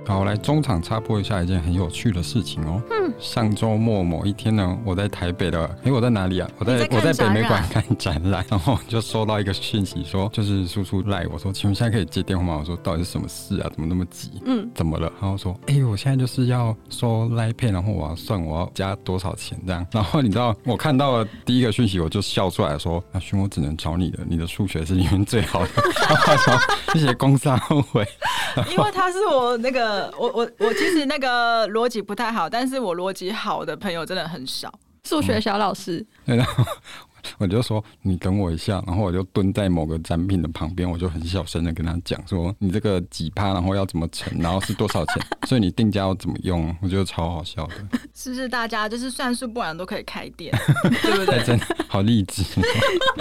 Speaker 2: 好好，来中场插播一下一件很有趣的事情哦。嗯，上周末某一天呢，我在台北的，哎、我在哪里啊？我
Speaker 1: 你
Speaker 2: 在
Speaker 1: 在看
Speaker 2: 我在北
Speaker 1: 展
Speaker 2: 美馆
Speaker 1: 览
Speaker 2: 看展览，然后 就收到一个讯息说，就是叔叔赖我说，请问现在可以接电话吗？我说到底是什么事啊？怎么那么急？
Speaker 3: 嗯，
Speaker 2: 怎么了？然后说，哎、我现在就是要收赖配，然后我要算我要加多少钱这样。 然后你知道，我看到了第一个讯息，我就笑出来说，阿勋，我只能找你的，你的数学是里面最好的。 然后我说谢谢工商会，
Speaker 1: 因为他是我那个，我我我其实那个逻辑不太好，但是我逻辑好的朋友真的很少。
Speaker 3: 数学小老师，
Speaker 2: 我就说你等我一下，然后我就蹲在某个展品的旁边，我就很小声的跟他讲说，你这个几趴，然后要怎么乘，然后是多少钱， 所以你定价要怎么用，我觉得超好笑的，
Speaker 1: 是不是大家就是算术不然都可以开 店，对不
Speaker 2: 哎
Speaker 1: 对？
Speaker 2: 真的好励志。哦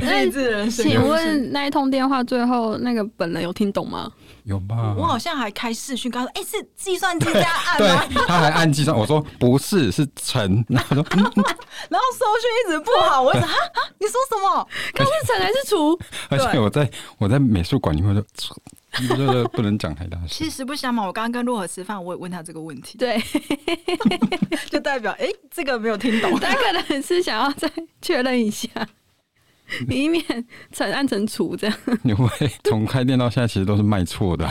Speaker 1: 励志人生。
Speaker 3: 请问那一通电话最后那个本人有听懂吗？
Speaker 2: 有吧？
Speaker 1: 我好像还开视讯，告诉哎、是计算机加按
Speaker 2: 嗯对
Speaker 1: 吗？，
Speaker 2: 他还按计算，我说不是，是乘。 然后说、嗯、
Speaker 1: 然后搜讯一直不好，我一直哈哈，你说什么？
Speaker 3: 刚是乘还是除？
Speaker 2: 而且
Speaker 1: 对
Speaker 2: 我在我在美术馆里面就，就是不能讲太大声。
Speaker 1: 其实不相瞒，我刚刚跟洛河吃饭，我也问他这个问题，
Speaker 3: 对，
Speaker 1: 就代表哎、这个没有听 懂。
Speaker 3: 他可能是想要再确认一下，以免乘按乘除这样。
Speaker 2: 你会从开店到现在，其实都是卖错的。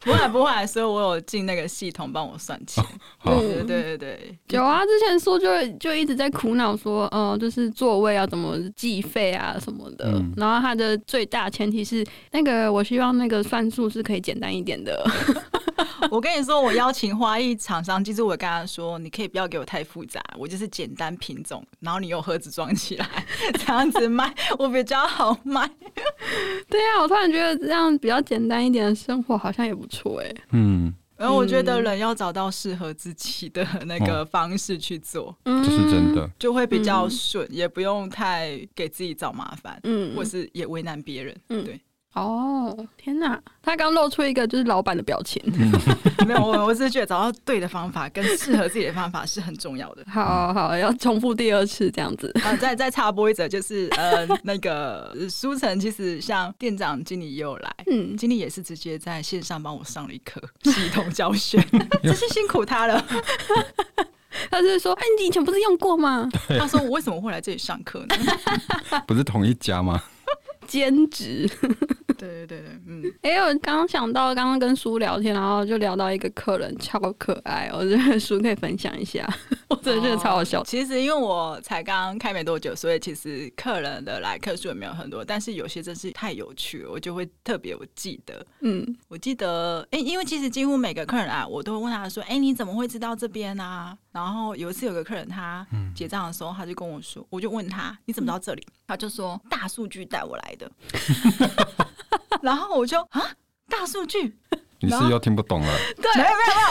Speaker 1: 不会啊不会，所以我有进那个系统帮我算钱。
Speaker 3: 哦
Speaker 2: 好，
Speaker 1: 对对对对，
Speaker 3: 有啊，之前说就就一直在苦恼说，呃，就是座位要怎么计费啊什么的。
Speaker 2: 嗯
Speaker 3: 然后它的最大前提是，那个我希望那个算术是可以简单一点的。
Speaker 1: 我跟你说，我邀请花艺厂商，其实我跟他说，你可以不要给我太复杂，我就是简单品种，然后你用盒子装起来，这样子卖，我比较好卖。
Speaker 3: 对啊，我突然觉得这样比较简单一点的生活好像也不错哎、
Speaker 2: 嗯，
Speaker 1: 然后我觉得人要找到适合自己的那个方式去做，
Speaker 3: 嗯
Speaker 2: 这是真。的。
Speaker 1: 就会比较顺，也不用太给自己找麻烦，
Speaker 3: 嗯，
Speaker 1: 或是也为难别人。
Speaker 3: 嗯
Speaker 1: 对，
Speaker 3: 哦，天哪！他刚露出一个就是老板的表情。
Speaker 1: 没有，我我只是觉得找到对的方法跟适合自己的方法是很重要的。
Speaker 3: 好好，要重复第二次这样子。
Speaker 1: 啊，再再插播一则，就是 呃，那个书城其实像店长经理也有来，
Speaker 3: 嗯，
Speaker 1: 经理也是直接在线上帮我上了一课系统教 学， 真是辛苦他了。
Speaker 3: 他是说，哎、你以前不是用过吗？
Speaker 1: 他说我为什么会来这里上课呢？ 嗯
Speaker 2: 不是同一家吗？
Speaker 3: 兼职。
Speaker 1: 对对对对，嗯，
Speaker 3: 哎、我刚刚想到，刚刚跟叔聊天，然后就聊到一个客人超可爱，我觉得叔可以分享一下， 我真的觉得超好笑
Speaker 1: 哦。其实因为我才刚开没多久，所以其实客人的来客数也没有很多，但是有些真是太有趣了，我就会特别我记得。
Speaker 3: 嗯，
Speaker 1: 我记得，哎、因为其实几乎每个客人啊，我都会问他说，哎、你怎么会知道这边啊？然后有一次有个客人他结账的时候，他就跟我说，我就问他你怎么到这
Speaker 3: 嗯
Speaker 1: 里？他就说大数据带我来的。 然后我就啊，大数据
Speaker 2: 你是又听不懂了。
Speaker 1: 没有没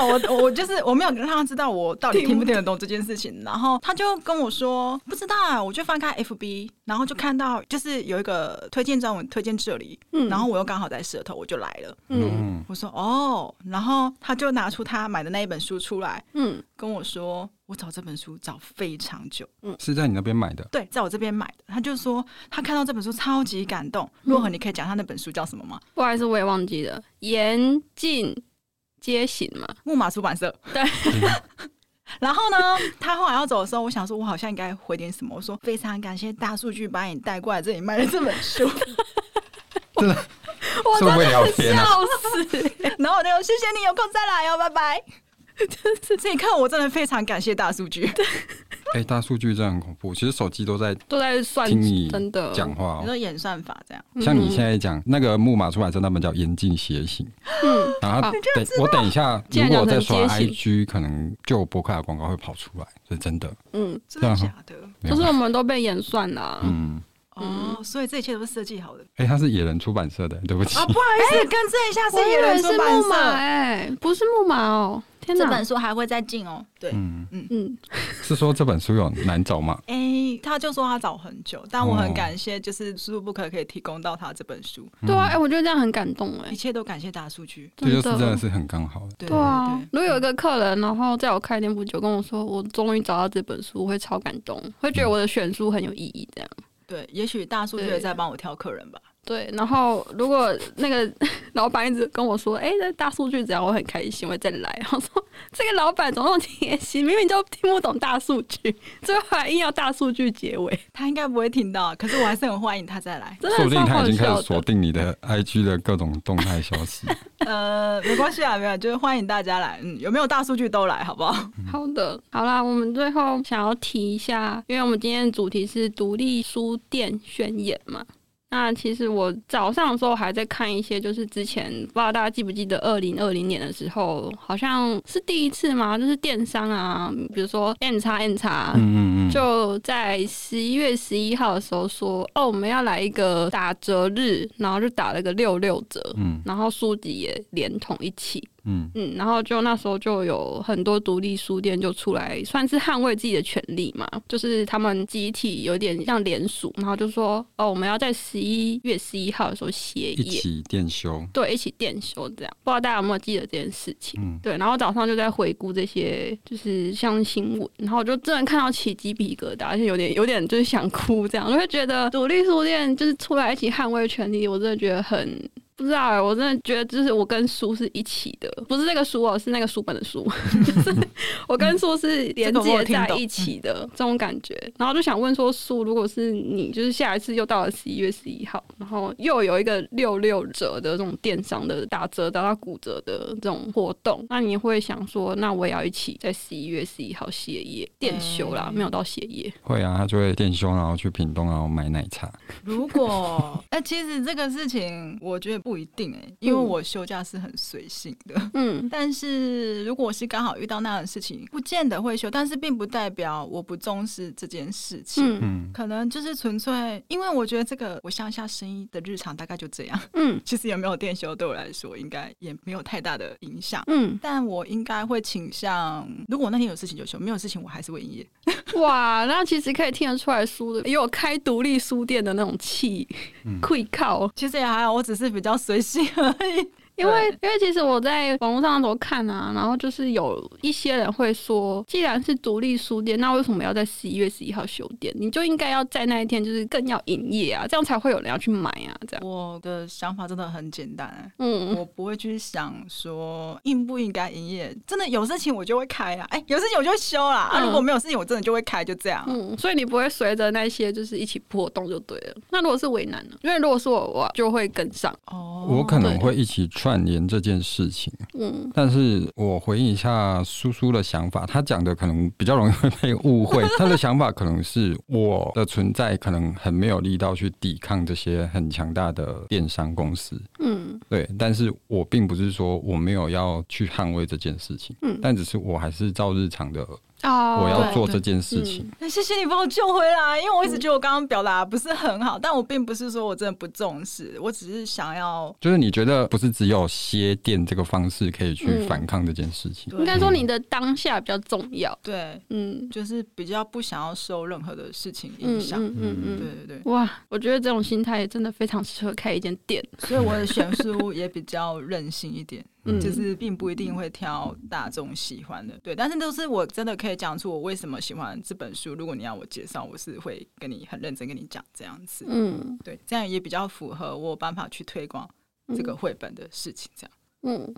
Speaker 1: 有没有，我我就是我没有让他知道我到底听不听得懂这件事情，然后他就跟我说不知道啊，我就翻开 FB，然后就看到就是有一个推荐专文推荐这里，
Speaker 3: 嗯
Speaker 1: 然后我又刚好在社头，我就来了，
Speaker 3: 嗯
Speaker 2: 嗯，
Speaker 1: 我说哦，然后他就拿出他买的那一本书出来
Speaker 3: 嗯
Speaker 1: 跟我说，我找这本书找非常久，
Speaker 2: 是在你那边买 的。
Speaker 1: 对，在我这边买的，他就说他看到这本书超级感动，若何你可以讲他那本书叫什么吗？
Speaker 3: 不好意思，我也忘记了，严禁皆行 嘛。
Speaker 1: 木马出版社。
Speaker 3: 对。
Speaker 1: 然后呢， 他后来要走的时候，我想说，我好像应该回点什么。我说非常感谢大数据把你带过来这里卖了这本 书，
Speaker 2: 真的
Speaker 3: 我
Speaker 2: 是
Speaker 3: 真
Speaker 2: 会
Speaker 3: 的
Speaker 2: 聊天啊
Speaker 3: 笑死！
Speaker 1: 然后我就说谢谢你，有空再来哦，拜拜。 这一刻我真的非常感谢大数据。
Speaker 2: 哎、大数据真的很恐怖。其实手机都在
Speaker 3: 都在算
Speaker 2: 听你
Speaker 3: 真的嗯
Speaker 2: 讲话、
Speaker 1: 你
Speaker 2: 哦，
Speaker 1: 说演算法这样，
Speaker 2: 像你现在讲那个木马出版社那本叫《严禁邪行》。
Speaker 3: 嗯，
Speaker 2: 然后
Speaker 3: 好
Speaker 2: 等我等一下，
Speaker 3: 竟
Speaker 2: 如果
Speaker 3: 然
Speaker 2: 我
Speaker 3: 讲
Speaker 2: 在
Speaker 3: 成
Speaker 2: 刷
Speaker 3: 街
Speaker 2: IG，可能就有博客的广告会跑出来，是真的。
Speaker 3: 嗯，
Speaker 1: 真的
Speaker 2: 这
Speaker 1: 假
Speaker 2: 样
Speaker 1: 的？
Speaker 2: 没有
Speaker 3: 就是我们都被演算了啊、
Speaker 2: 嗯，
Speaker 1: 哦，所以这一切都是设计好的
Speaker 2: 哎、它是野人出版社的，对不起。
Speaker 3: 哦
Speaker 1: 啊！不好意思，更正一下，是
Speaker 3: 我以
Speaker 1: 野
Speaker 3: 为
Speaker 1: 人
Speaker 3: 是
Speaker 1: 出版
Speaker 3: 木马
Speaker 1: 社。
Speaker 3: 哎、不是木马哦、天
Speaker 1: 这
Speaker 3: 哪
Speaker 1: 本！书还会再进哦。对，
Speaker 2: 嗯，
Speaker 3: 嗯，
Speaker 2: 是说这本书有难找吗？
Speaker 1: 哎、他就说他找很久，但我很
Speaker 2: 哦
Speaker 1: 感谢，就是输入不可可以提供到他这本书，
Speaker 3: 对啊，哎、我觉得这样很感动哎、
Speaker 1: 一切都感谢大数据。
Speaker 2: 嗯这就是真的是很刚好的。
Speaker 1: 对
Speaker 3: 对啊，如果有一个客人，然后在我开店不久跟我说，我终于找到这本书，我会超感动，会觉得我的选书很有意义。这样，
Speaker 1: 对，也许大数据
Speaker 3: 对
Speaker 1: 也在帮我挑客人吧。
Speaker 3: 对，然后如果那个 老板一直跟我说：“哎、这大数据只要我很开心，我会再来。” 然后说这个老板怎么那么贴心，明明就听不懂大数据， 最后还硬要大数据结尾，。
Speaker 1: 他应该不会听到，可是我还是很欢迎他再来
Speaker 3: 真的
Speaker 2: 说不定
Speaker 3: 超
Speaker 2: 他
Speaker 3: 好
Speaker 2: 已经开
Speaker 3: 笑
Speaker 2: 始
Speaker 3: 的
Speaker 2: 锁。定你的 IG 的各种动态消 息。
Speaker 1: 呃，没关系啊，没有，就是欢迎大家来。嗯，有没有大数据都来，好不好？
Speaker 3: 好的，好啦，我们最后想要提一下，因为我们今天的主题是独立书店宣言嘛。那其实我早上的时候还在看一些，就是之前不知道大家记不记得，二零二零年的时候，好像是第一次嘛，就是电商啊，比如说 M 叉 M 叉，
Speaker 2: 嗯嗯嗯，
Speaker 3: 就在十一月十一号的时候说，哦，我们要来一个打折日，然后就打了个六六折，
Speaker 2: 嗯
Speaker 3: 然后书籍也连同一起。
Speaker 2: 嗯
Speaker 3: 嗯，然后就那时候就有很多独立书店就出来，算是捍卫自己的权利嘛，就是他们集体有点像联署，然后就说哦，我们要在十一月十一号的时候歇
Speaker 2: 一
Speaker 3: 业，
Speaker 2: 起电修。
Speaker 3: 对，一起店休这样。不知道大家有没有记得这件事情？
Speaker 2: 嗯
Speaker 3: 对，然后早上就在回顾这些，就是像新闻，然后我就真的看到起鸡皮疙瘩，而且有点有点就是想哭这样，我就会觉得独立书店就是出来一起捍卫权利，我真的觉得很。不知道哎、我真的觉得就是我跟书是一起的，不是那个书哦、是那个书本的 书，就是我跟书是连
Speaker 1: 这个我
Speaker 3: 接
Speaker 1: 有听
Speaker 3: 在
Speaker 1: 懂嗯
Speaker 3: 一起的这种感觉。然后就想问说，书如果是你，就是下一次又到了十一月十一号，然后又有一个六六折的这种电商的打折打到骨折的这种活动，那你会想说，那我也要一起在十一月十一号歇业店休啦，
Speaker 1: 嗯
Speaker 3: 没有到歇业。
Speaker 2: 会啊，他就会电修，然后去屏东，然后买奶茶。
Speaker 1: 如果，哎、其实这个事情我觉得不一定哎、因为我休假是很随性的。
Speaker 3: 嗯
Speaker 1: 但是如果是刚好遇到那样的事情，不见得会休，但是并不代表我不重视这件事情。
Speaker 3: 嗯
Speaker 2: 嗯
Speaker 1: 可能就是纯粹，因为我觉得这个我乡下生意的日常大概就这样，
Speaker 3: 嗯
Speaker 1: 其实也没有店休，对我来说应该也没有太大的影响。
Speaker 3: 嗯，
Speaker 1: 但我应该会倾向，如果我那天有事情就休，没有事情我还是会营业。
Speaker 3: 哇，那其实可以听得出来书的也有开独立书店的那种气，
Speaker 2: 嗯
Speaker 3: 愧靠。
Speaker 1: 其实也还好，我只是比较随性而 已。
Speaker 3: 因为因为其实我在网络上都看啊，然后就是有一些人会说，既然是独立书店，那为什么要在十一月十一号休店？你就应该要在那一天就是更要营业啊，这样才会有人要去买啊，这样。
Speaker 1: 我的想法真的很简单、哎
Speaker 3: 嗯，
Speaker 1: 我不会去想说应不应该营业，真的有事情我就会开啦，哎、有事情我就休啦。啊，
Speaker 3: 嗯
Speaker 1: 如果没有事情，我真的就会开，就这样。
Speaker 3: 嗯，所以你不会随着那些就是一起波动就对了。那如果是为难呢？因为如果是我，我就会跟上。
Speaker 1: 哦
Speaker 2: 我可能
Speaker 3: 对
Speaker 2: 会一起串联这件事情，
Speaker 3: 嗯，
Speaker 2: 但是我回应一下苏苏的想法，他讲的可能比较容易会被误 会，他的想法可能是我的存在可能很没有力道去抵抗这些很强大的电商公司，
Speaker 3: 嗯
Speaker 2: 对，但是我并不是说我没有要去捍卫这件事情，
Speaker 3: 嗯
Speaker 2: 但只是我还是照日常的
Speaker 3: 啊
Speaker 2: 我要
Speaker 1: 哦对
Speaker 2: 做这件事情，
Speaker 1: 哎谢谢你把我救回来，因为
Speaker 3: 嗯
Speaker 1: 我一直觉得我刚刚表达不是很好，但我并不是说我真的不重视，我只是想要
Speaker 2: 就是你觉得不是只有歇店这个方式可以
Speaker 1: 嗯
Speaker 2: 去反抗这件事情，
Speaker 1: 对
Speaker 3: 应该说你的当下比较重要。
Speaker 1: 对，
Speaker 3: 嗯
Speaker 1: 就是比较不想要受任何的事情影
Speaker 3: 嗯
Speaker 1: 响。
Speaker 3: 嗯嗯
Speaker 1: 对
Speaker 3: 嗯，
Speaker 1: 对对，
Speaker 3: 哇，我觉得这种心态真的非常适合开一间店。
Speaker 1: 所以我的选书也比较任性一点，
Speaker 3: 嗯
Speaker 1: 就是并不一定会挑大众喜欢的，对。但是都是我真的可以讲出我为什么喜欢这本书。如果你要我介绍，我是会跟你很认真跟你讲这样子，
Speaker 3: 嗯，
Speaker 1: 对，这样也比较符合我有办法去推广这个绘本的事情。这样，
Speaker 3: 嗯，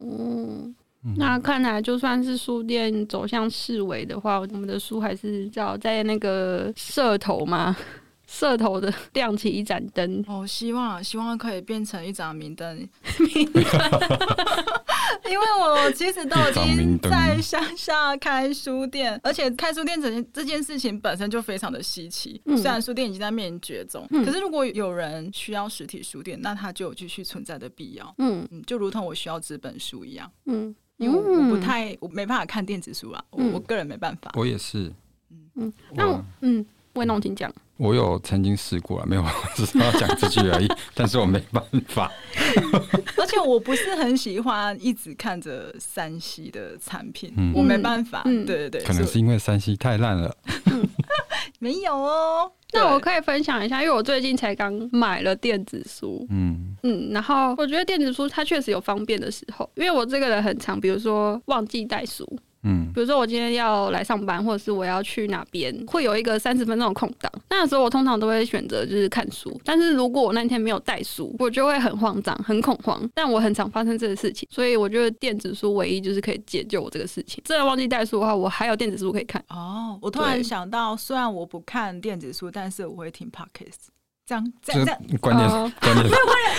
Speaker 3: 嗯，那看来就算是书店走向市委的话，我们的书还是要在那个社头嘛， 社头的亮起一盏灯。
Speaker 1: 我、哦希望希望可以变成一盏明 灯， 明灯，因为我其实都已
Speaker 2: 一盏明
Speaker 1: 经
Speaker 2: 灯
Speaker 1: 在乡下开书店，而且开书店这件这件事情本身就非常的稀奇。
Speaker 3: 嗯
Speaker 1: 虽然书店已经在面临绝种，
Speaker 3: 嗯
Speaker 1: 可是如果有人需要实体书店，那它就有继续存在的必要。
Speaker 3: 嗯
Speaker 1: 嗯，就如同我需要纸本书一样，
Speaker 3: 嗯
Speaker 1: 因为我我不太我没办法看电子书啦，啊我
Speaker 3: 嗯
Speaker 1: 我个人没办法。
Speaker 2: 我也是，
Speaker 3: 嗯，那我
Speaker 2: 我
Speaker 3: 嗯，魏弄请讲。
Speaker 2: 我有曾经试过了，没有， 我只是要讲这句 而已，但是我没办法，
Speaker 1: 而且我不是很喜欢一直看着山西的产品，
Speaker 2: 嗯
Speaker 1: 我没办法。
Speaker 3: 嗯
Speaker 1: 对对对，
Speaker 2: 可能
Speaker 1: 所
Speaker 2: 是因为山西太烂了，
Speaker 1: 以没有哦。
Speaker 3: 那我
Speaker 1: 对
Speaker 3: 可以分享一下，因为我最近才刚买了电子书，
Speaker 2: 嗯
Speaker 3: 嗯，然后我觉得电子书它确实有方便的时候，因为我这个人很常，比如说忘记带书，
Speaker 2: 嗯
Speaker 3: 比如说我今天要来上班，或者是我要去哪边，会有一个三十分钟的空档。那时候我通常都会选择就是看书，但是如果我那天没有带书，我就会很慌张、很恐慌。但我很常发生这个事情，所以我觉得电子书唯一就是可以解救我这个事情。真的忘记带书的话，我还有电子书可以看。
Speaker 1: 哦，我突然
Speaker 3: 对
Speaker 1: 想到，虽然我不看电子书，但是我会听 podcast。这样这样
Speaker 2: 这个
Speaker 1: 这样
Speaker 2: 观点
Speaker 3: 哦
Speaker 2: 观点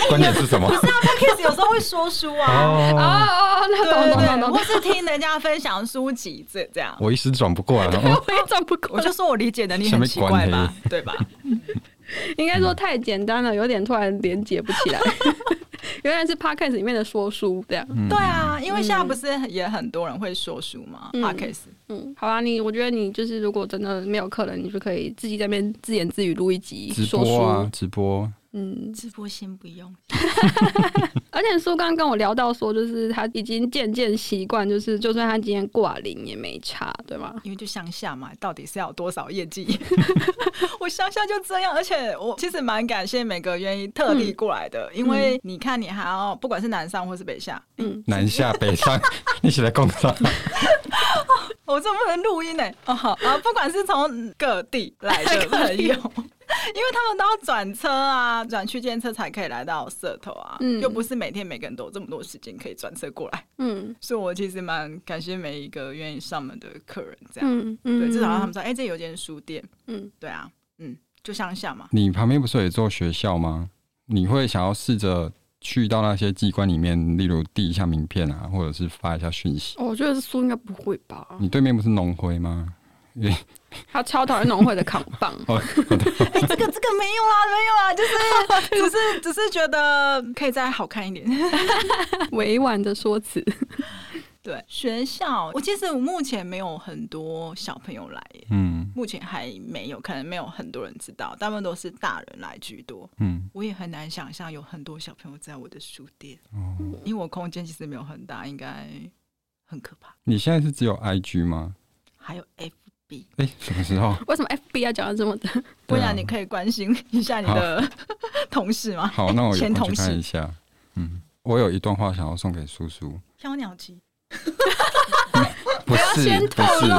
Speaker 2: 观点是什么？
Speaker 1: ，podcast 有时候会说书啊，
Speaker 3: 哦
Speaker 2: 哦，
Speaker 3: 哦，那
Speaker 1: 对
Speaker 3: 懂
Speaker 1: 对对，
Speaker 3: 懂懂懂
Speaker 1: 或
Speaker 3: 懂，
Speaker 1: 是听人家分享书籍这这 样。
Speaker 2: 我一时转不过来。哦
Speaker 3: 我也转不过
Speaker 1: 我
Speaker 3: 来
Speaker 1: 就。说我理解能力
Speaker 2: 什
Speaker 1: 很
Speaker 2: 么
Speaker 1: 奇怪
Speaker 2: 关
Speaker 1: 吧，对 吧？
Speaker 3: 应该
Speaker 2: 嗯
Speaker 3: 说太简单了，有点突然连接不 起来。原来是 podcast 里面的说书这样。
Speaker 2: 嗯
Speaker 1: 对啊，因为现在不是也很多人会说书吗
Speaker 3: 嗯
Speaker 1: ？podcast
Speaker 3: 嗯，好啊，你我觉得你就是如果真的没有客人，你就可以自己在那边自言自语录一集
Speaker 2: 直
Speaker 3: 说书。
Speaker 2: 播啊，直播，
Speaker 3: 嗯，
Speaker 1: 直播先不用，
Speaker 3: 而且苏刚跟我聊到说，就是他已经渐渐习惯，就是就算他今天挂零也没差，对吗？
Speaker 1: 因为就乡下嘛，到底是要有多少业绩？ 我乡下就这样，而且我其实蛮感谢每个愿意特
Speaker 3: 嗯
Speaker 1: 地过来的，因为你看你还要不管是南上或是北下，
Speaker 3: 嗯，
Speaker 2: 南下北上， 一起来共 商。
Speaker 1: 我这不能录音呢、哦好啊，不管是从各地来的
Speaker 3: 各
Speaker 1: 朋
Speaker 3: 地
Speaker 1: 友，因 为他们都要转车啊，转区间车才可以来到社头啊，
Speaker 3: 嗯
Speaker 1: 又不是每天每个人都有这么多时间可以转车过来，
Speaker 3: 嗯
Speaker 1: 所以我其实蛮感谢每一个愿意上门的客人，这
Speaker 2: 啊
Speaker 1: 样、
Speaker 3: 嗯嗯，
Speaker 1: 对，至少让他们说，哎、这有间书店，
Speaker 3: 嗯
Speaker 1: 对啊，嗯，就乡下嘛，
Speaker 2: 你旁边不是有一座学校吗？你会想要试着去到那些机关里面，例如递一下名片啊，或者是发一下讯息。
Speaker 3: 哦我觉得苏应该不会吧？
Speaker 2: 你对面不是农会吗？
Speaker 3: 他超讨厌农会的扛棒。
Speaker 1: 哎、这个这个没有啦，没有啦，就是只是只是觉得可以再好看一点。
Speaker 3: 委婉的说辞。
Speaker 1: 对，学校我其实目前没有很多小朋友来耶，
Speaker 2: 嗯
Speaker 1: 目前还没有，可能没有很多人知道，大部分都是大人来居多。
Speaker 2: 嗯，
Speaker 1: 我也很难想象有很多小朋友在我的书店，
Speaker 2: 哦，
Speaker 1: 因为我空间其实没有很大，应该很可怕。
Speaker 2: 你现在是只有 IG 吗？
Speaker 1: 还有 F，
Speaker 2: 哎、什么时候？
Speaker 3: 为什么 FB 要讲的这么的？
Speaker 1: 不
Speaker 2: 对啊
Speaker 1: 然你可以关心一下你的 同事吗？
Speaker 2: 好，那我有
Speaker 1: 前
Speaker 2: 空
Speaker 1: 同
Speaker 2: 去
Speaker 1: 事
Speaker 2: 看一下。嗯，我有一段话想要送给 叔叔，
Speaker 1: 飘鸟集，
Speaker 2: 不
Speaker 3: 要
Speaker 2: 是
Speaker 3: 先
Speaker 2: 不
Speaker 3: 透
Speaker 2: 是
Speaker 3: 露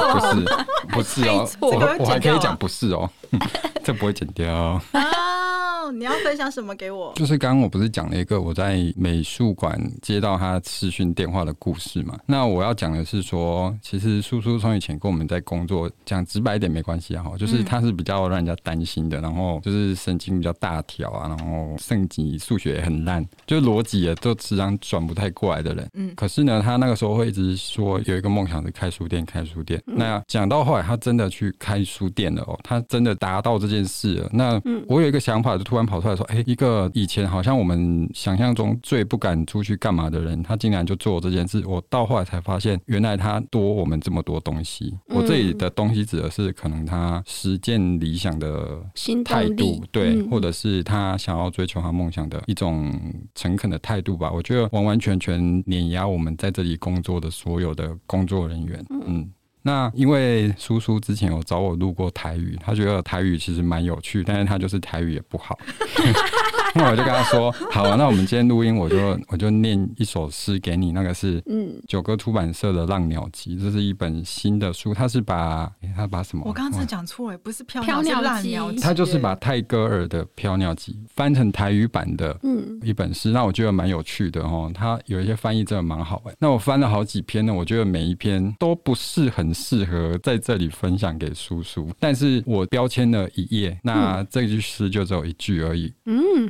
Speaker 2: 不是不是
Speaker 3: 还
Speaker 2: 哦，
Speaker 3: 错
Speaker 2: 我
Speaker 1: 这个会
Speaker 2: 我
Speaker 1: 剪
Speaker 2: 还可以
Speaker 1: 掉
Speaker 2: 讲
Speaker 1: 啊
Speaker 2: 不是哦， 这不会剪掉哦。
Speaker 1: 哦，你要分享什么给我？
Speaker 2: 就是刚刚我不是讲了一个我在美术馆接到他视讯电话的故事嘛？那我要讲的是说，其实叔叔从以前跟我们在工作，讲直白一点没关系啊，哈就是他是比较让人家担心的，然后就是神经比较大条啊，然后圣级数学也很烂，就是逻辑也都时常转不太过来的人。
Speaker 1: 嗯
Speaker 2: 可是呢，他那个时候会一直说有一个梦想是开书店，开书店。那讲到后来，他真的去开书店了哦，他真的达到这件事了。那我有一个想法，就突然跑出来说，哎、一个以前好像我们想象中最不敢出去干嘛的人，他竟然就做这件事。我到后来才发现，原来他多我们这么多东西。我这里的东西指的是可能他实践理想的
Speaker 3: 行
Speaker 2: 态
Speaker 3: 动力
Speaker 2: 度，对，
Speaker 3: 嗯
Speaker 2: 或者是他想要追求他梦想的一种诚恳的态度吧。我觉得完完全全碾压我们在这里工作的所有的工作人员。嗯，那因为叔叔之前有找我录过台语，他觉得台语其实蛮有趣，但是他就是台语也 不好。那我就跟他说：“好、啊，那我们今天录音，我就我就念一首诗给你，那个是
Speaker 3: 嗯，
Speaker 2: 九歌出版社的《浪鸟集》，这是一本新的书，它是把、诶它把什么？
Speaker 1: 我刚刚真的
Speaker 2: 忘了
Speaker 1: 讲错了，不是飘
Speaker 3: 飘
Speaker 1: 鸟，
Speaker 3: 鸟
Speaker 1: 是烂
Speaker 3: 集
Speaker 1: 鸟集。
Speaker 2: 他就是 把泰戈尔的《飘鸟集》翻成台语版的
Speaker 3: 嗯
Speaker 2: 一本诗，那我觉得蛮有趣的哦。他有一些翻译真的蛮好哎。那我翻了好几篇呢，我觉得每一篇都不是很适合在这里分享给叔叔，但是我标签了一页，那这句诗就只有一句而已。
Speaker 3: 嗯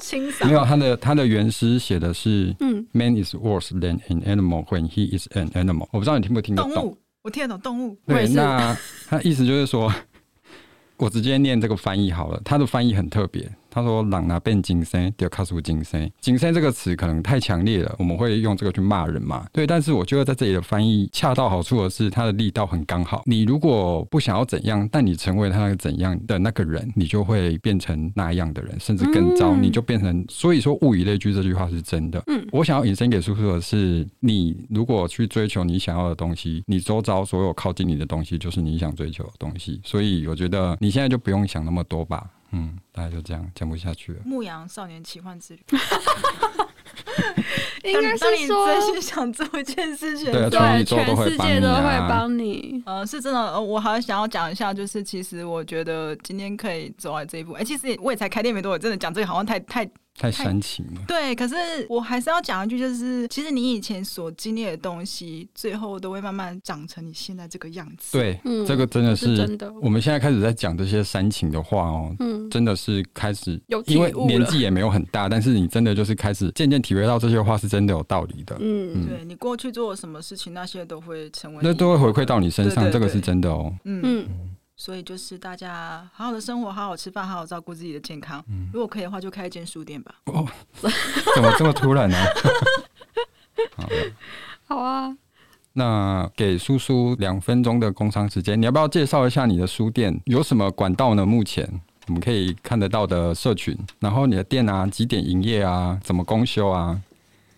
Speaker 1: 清
Speaker 2: 没
Speaker 1: 扫，
Speaker 2: 有他的他的原诗写的是
Speaker 3: 嗯，
Speaker 2: “Man is worse than an animal when he is an animal”，我不知道你听不听得
Speaker 1: 动
Speaker 2: 懂。
Speaker 1: 物，我听得懂动物。
Speaker 3: 我也
Speaker 2: 对，
Speaker 3: 是
Speaker 2: 那他意思就是说，我直接念这个翻译好了。他的翻译很特别，他说“朗拿变金生”，就卡出金生。金生这个词可能太强烈了，我们会用这个去骂人嘛？对，但是我觉得在这里的翻译恰到好处的是，它的力道很刚好。你如果不想要怎样，但你成为他那个怎样的那个人，你就会变成那样的人，甚至更糟，
Speaker 3: 嗯
Speaker 2: 你就变成。所以说“物以类聚”这句话是真的。我想要引申给叔叔的是，你如果去追求你想要的东西，你周遭所有靠近你的东西，就是你想追求的东西。所以我觉得你现在就不用想那么多吧。嗯，大概就这样，讲不下去了。
Speaker 1: 《牧羊少年奇幻之旅》
Speaker 3: 应该
Speaker 1: 当你
Speaker 3: 是说
Speaker 1: 真心想做一件事 情的
Speaker 2: 对
Speaker 1: 时
Speaker 2: 啊
Speaker 1: 候，
Speaker 2: 全
Speaker 3: 对，
Speaker 2: 宇宙都
Speaker 3: 全
Speaker 2: 会
Speaker 3: 世
Speaker 2: 帮
Speaker 3: 界
Speaker 2: 你
Speaker 3: 都
Speaker 2: 啊
Speaker 3: 会帮你。
Speaker 1: 呃，是真的，呃我好想要讲一下，就是其实我觉得今天可以走到这一步，哎、其实我也才开店没多久，真的讲这个好像太太
Speaker 2: 太煽情了。
Speaker 1: 对，可是我还是要讲一句，就是其实你以前所经历的东西，最后都会慢慢长成你现在这个样子。，
Speaker 2: 对，
Speaker 3: 嗯
Speaker 2: 这个真的是
Speaker 3: 是真的
Speaker 2: 我们现在开始在讲这些煽情的话哦，
Speaker 3: 嗯，
Speaker 2: 真的是开始
Speaker 3: 有体
Speaker 2: 因为
Speaker 3: 悟
Speaker 2: 年
Speaker 3: 了
Speaker 2: 纪也没有很大，但是你真的就是开始渐渐体会到这些话是真的有道理的，
Speaker 3: 嗯，
Speaker 1: 对你过去做了什么事情，那些都会成为
Speaker 2: 那
Speaker 1: 你
Speaker 2: 都会回馈到你身上，
Speaker 1: 对对
Speaker 2: 这个
Speaker 1: 对
Speaker 2: 是真的哦。
Speaker 1: 嗯。
Speaker 3: 嗯，
Speaker 1: 所以就是大家好好的生活，好好吃饭，好好照顾自己的健康。如果可以的话，就开一间书店吧。
Speaker 2: 哦，怎么这么突然呢、好的，
Speaker 3: 好啊，
Speaker 2: 那给叔叔两分钟的工商时间，你要不要介绍一下你的书店有什么管道呢？目前我们可以看得到的社群，然后你的店啊，几点营业啊，怎么公休啊？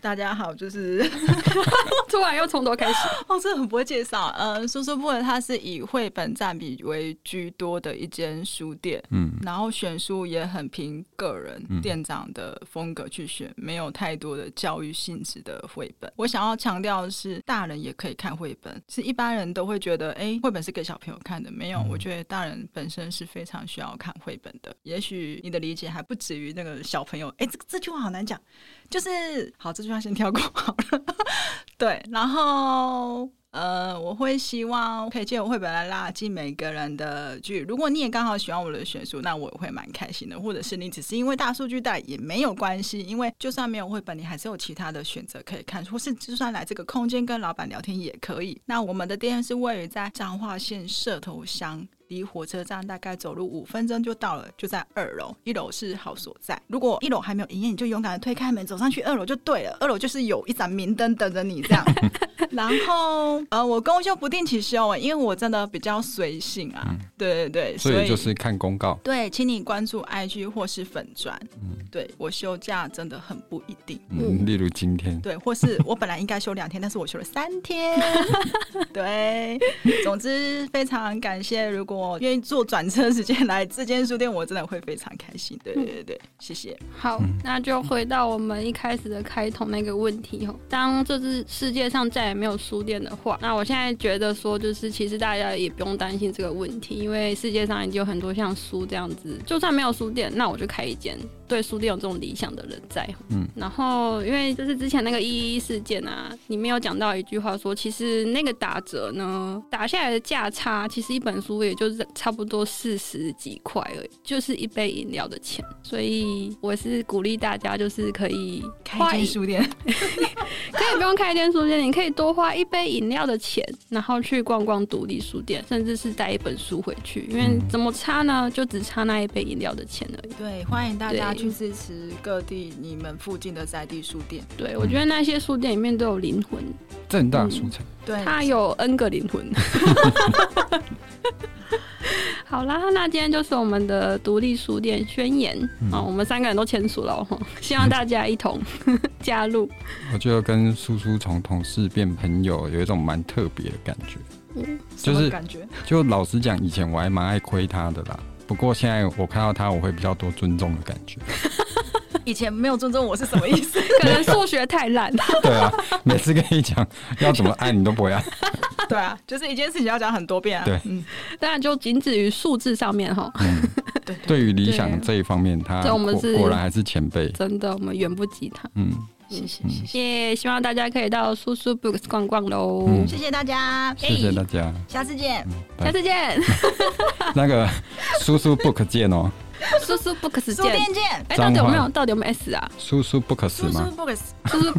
Speaker 1: 大家好，就是
Speaker 3: 突然又从头开始。
Speaker 1: 哦，这很不会介绍。嗯，叔叔部的它是以绘本占比为居多的一间书店，
Speaker 2: 嗯，
Speaker 1: 然后选书也很凭个人
Speaker 2: 嗯
Speaker 1: 店长的风格去选，没有太多的教育性质的绘本。我想要强调的是，大人也可以看绘本。是一般人都会觉得，哎，绘本是给小朋友看的，
Speaker 2: 嗯
Speaker 1: 没有。我觉得大人本身是非常需要看绘本的。也许你的理解还不止于那个小朋友。哎，这个这句话好难讲，就是好，这句话先跳过好了。对，然后呃，我会希望可以借我绘本来拉近每个人的剧。如果你也刚好喜欢我的选书，那我也会蛮开心的。或者是你只是因为大数据带也没有关系，因为就算没有绘本，你还是有其他的选择可以看，或是就算来这个空间跟老板聊天也可以。那我们的店是位于在彰化县社头乡。离火车站大概走路五分钟就到了，就在二楼。一楼是好所在。如果一楼还没有营业，你就勇敢的推开门走上去二楼就对了。二楼就是有一盏明灯等着你这 样。然后呃，我公休不定期休欸，因为我真的比较随性啊。对对对，
Speaker 2: 嗯所以就是看公告。
Speaker 1: 对，请你关注 IG 或是粉砖。对我休假真的很不一定。
Speaker 2: 嗯，
Speaker 3: 嗯
Speaker 2: 例如今天，
Speaker 1: 对，或是我本来应该休两天，但是我休了三天。 对，总之非常感谢，如果愿意坐转车时间来这间书店，我真的会非常开心。对对对对，谢谢。
Speaker 3: 好，那就回到我们一开始的开头那个问题哦。当这是世界上再也没有书店的话，那我现在觉得说，就是其实大家也不用担心这个问题，因为世界上已经有很多像书这样子，就算没有书店，那我就开一间。对书店有这种理想的人在，
Speaker 2: 嗯
Speaker 3: 嗯，然后因为就是之前那个一一事件啊，里面有讲到一句话说，其实那个打折呢，打下来的价差，其实一本书也就是差不多四十几块而已，就是一杯饮料的钱，所以我是鼓励大家就是可以花
Speaker 1: 开一间书店，
Speaker 3: 可以不用开一间书店，你可以多花一杯饮料的钱，然后去逛逛独立书店，甚至是带一本书回去，因
Speaker 1: 嗯
Speaker 3: 为怎么差呢，就只差那一杯饮料的钱而已。
Speaker 1: 对，欢迎大家
Speaker 3: 对
Speaker 1: 去支持各地你们附近的在地书店。
Speaker 3: 对，我觉得那些书店里面都有灵魂，
Speaker 2: 正大书城，
Speaker 1: 对，
Speaker 3: 它有 N 个灵魂。 好啦，那今天就是我们的独立书店宣言
Speaker 2: 嗯
Speaker 3: 啊、哦我们三个人都签署了哦， 希望大家一同 加入。
Speaker 2: 我觉得跟叔叔从同事变朋友有一种蛮特别的感觉。
Speaker 1: 什
Speaker 2: 就是
Speaker 1: 么感觉？
Speaker 2: 就老实讲，以前我还蛮爱亏他的啦，不过现在我看到他，我会比较多尊重的感觉。
Speaker 1: 以前没有尊重我是什么意思？
Speaker 3: 可能数学太烂，
Speaker 2: 对 啊，每次跟你讲要怎么按，你都不会按。
Speaker 1: 对啊，就是一件事情要讲很多遍啊。
Speaker 2: 对
Speaker 1: 嗯，
Speaker 3: 当然就仅止于数字上面哈，
Speaker 1: 对
Speaker 2: 对于理想
Speaker 3: 对
Speaker 2: 这一方面，他
Speaker 3: 这我们
Speaker 2: 果
Speaker 3: 是
Speaker 2: 果然还是前辈。
Speaker 3: 真的我们远不及他。
Speaker 2: 嗯，
Speaker 1: 谢谢谢谢
Speaker 3: 也、希望大家可以到叔叔 Books 逛逛喽。
Speaker 2: 嗯
Speaker 1: 谢谢大家，哎
Speaker 2: 谢谢大家。嗯
Speaker 1: 下次见。
Speaker 3: 下次见，
Speaker 2: 那个叔叔 book 见哦，
Speaker 3: 叔叔 Books
Speaker 1: 书
Speaker 3: 见。
Speaker 1: 店见，
Speaker 3: 哎、到底有没
Speaker 2: 彰
Speaker 3: 有
Speaker 2: 化
Speaker 3: 到底有没有 S 啊？
Speaker 2: 叔叔 book 死
Speaker 1: 叔叔
Speaker 2: 吗？
Speaker 1: 不可
Speaker 3: 叔 叔，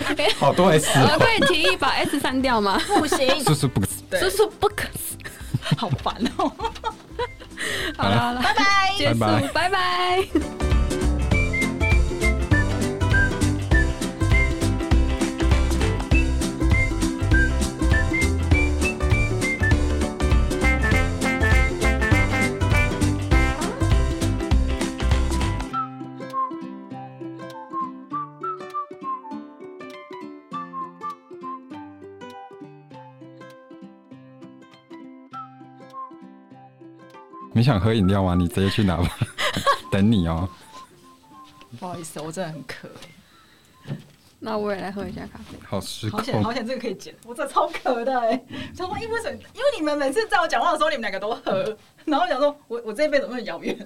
Speaker 2: 好多 S，
Speaker 3: 我可以提议把 S 删掉吗？
Speaker 1: 不行，
Speaker 2: 叔叔 book 死。
Speaker 1: 对
Speaker 3: 叔叔 Books。
Speaker 1: 好烦哦。
Speaker 3: 好了好了，拜拜，结束，
Speaker 2: 拜
Speaker 3: 拜拜。
Speaker 2: 你想喝饮料吗？你直接去拿吧，等你哦。
Speaker 1: 不好意思，我真的很渴。
Speaker 3: 那我也来喝一下咖啡。
Speaker 2: 好失
Speaker 1: 欸好险，好
Speaker 2: 控。
Speaker 1: 险，这个可以剪，我这超渴的哎、欸！想说，因为什么？因为你们每次在我讲话的时候，你们两个都喝，然后我想说我我这一辈子会遥远。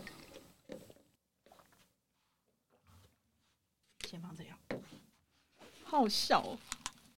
Speaker 1: 先放这样，好笑哦！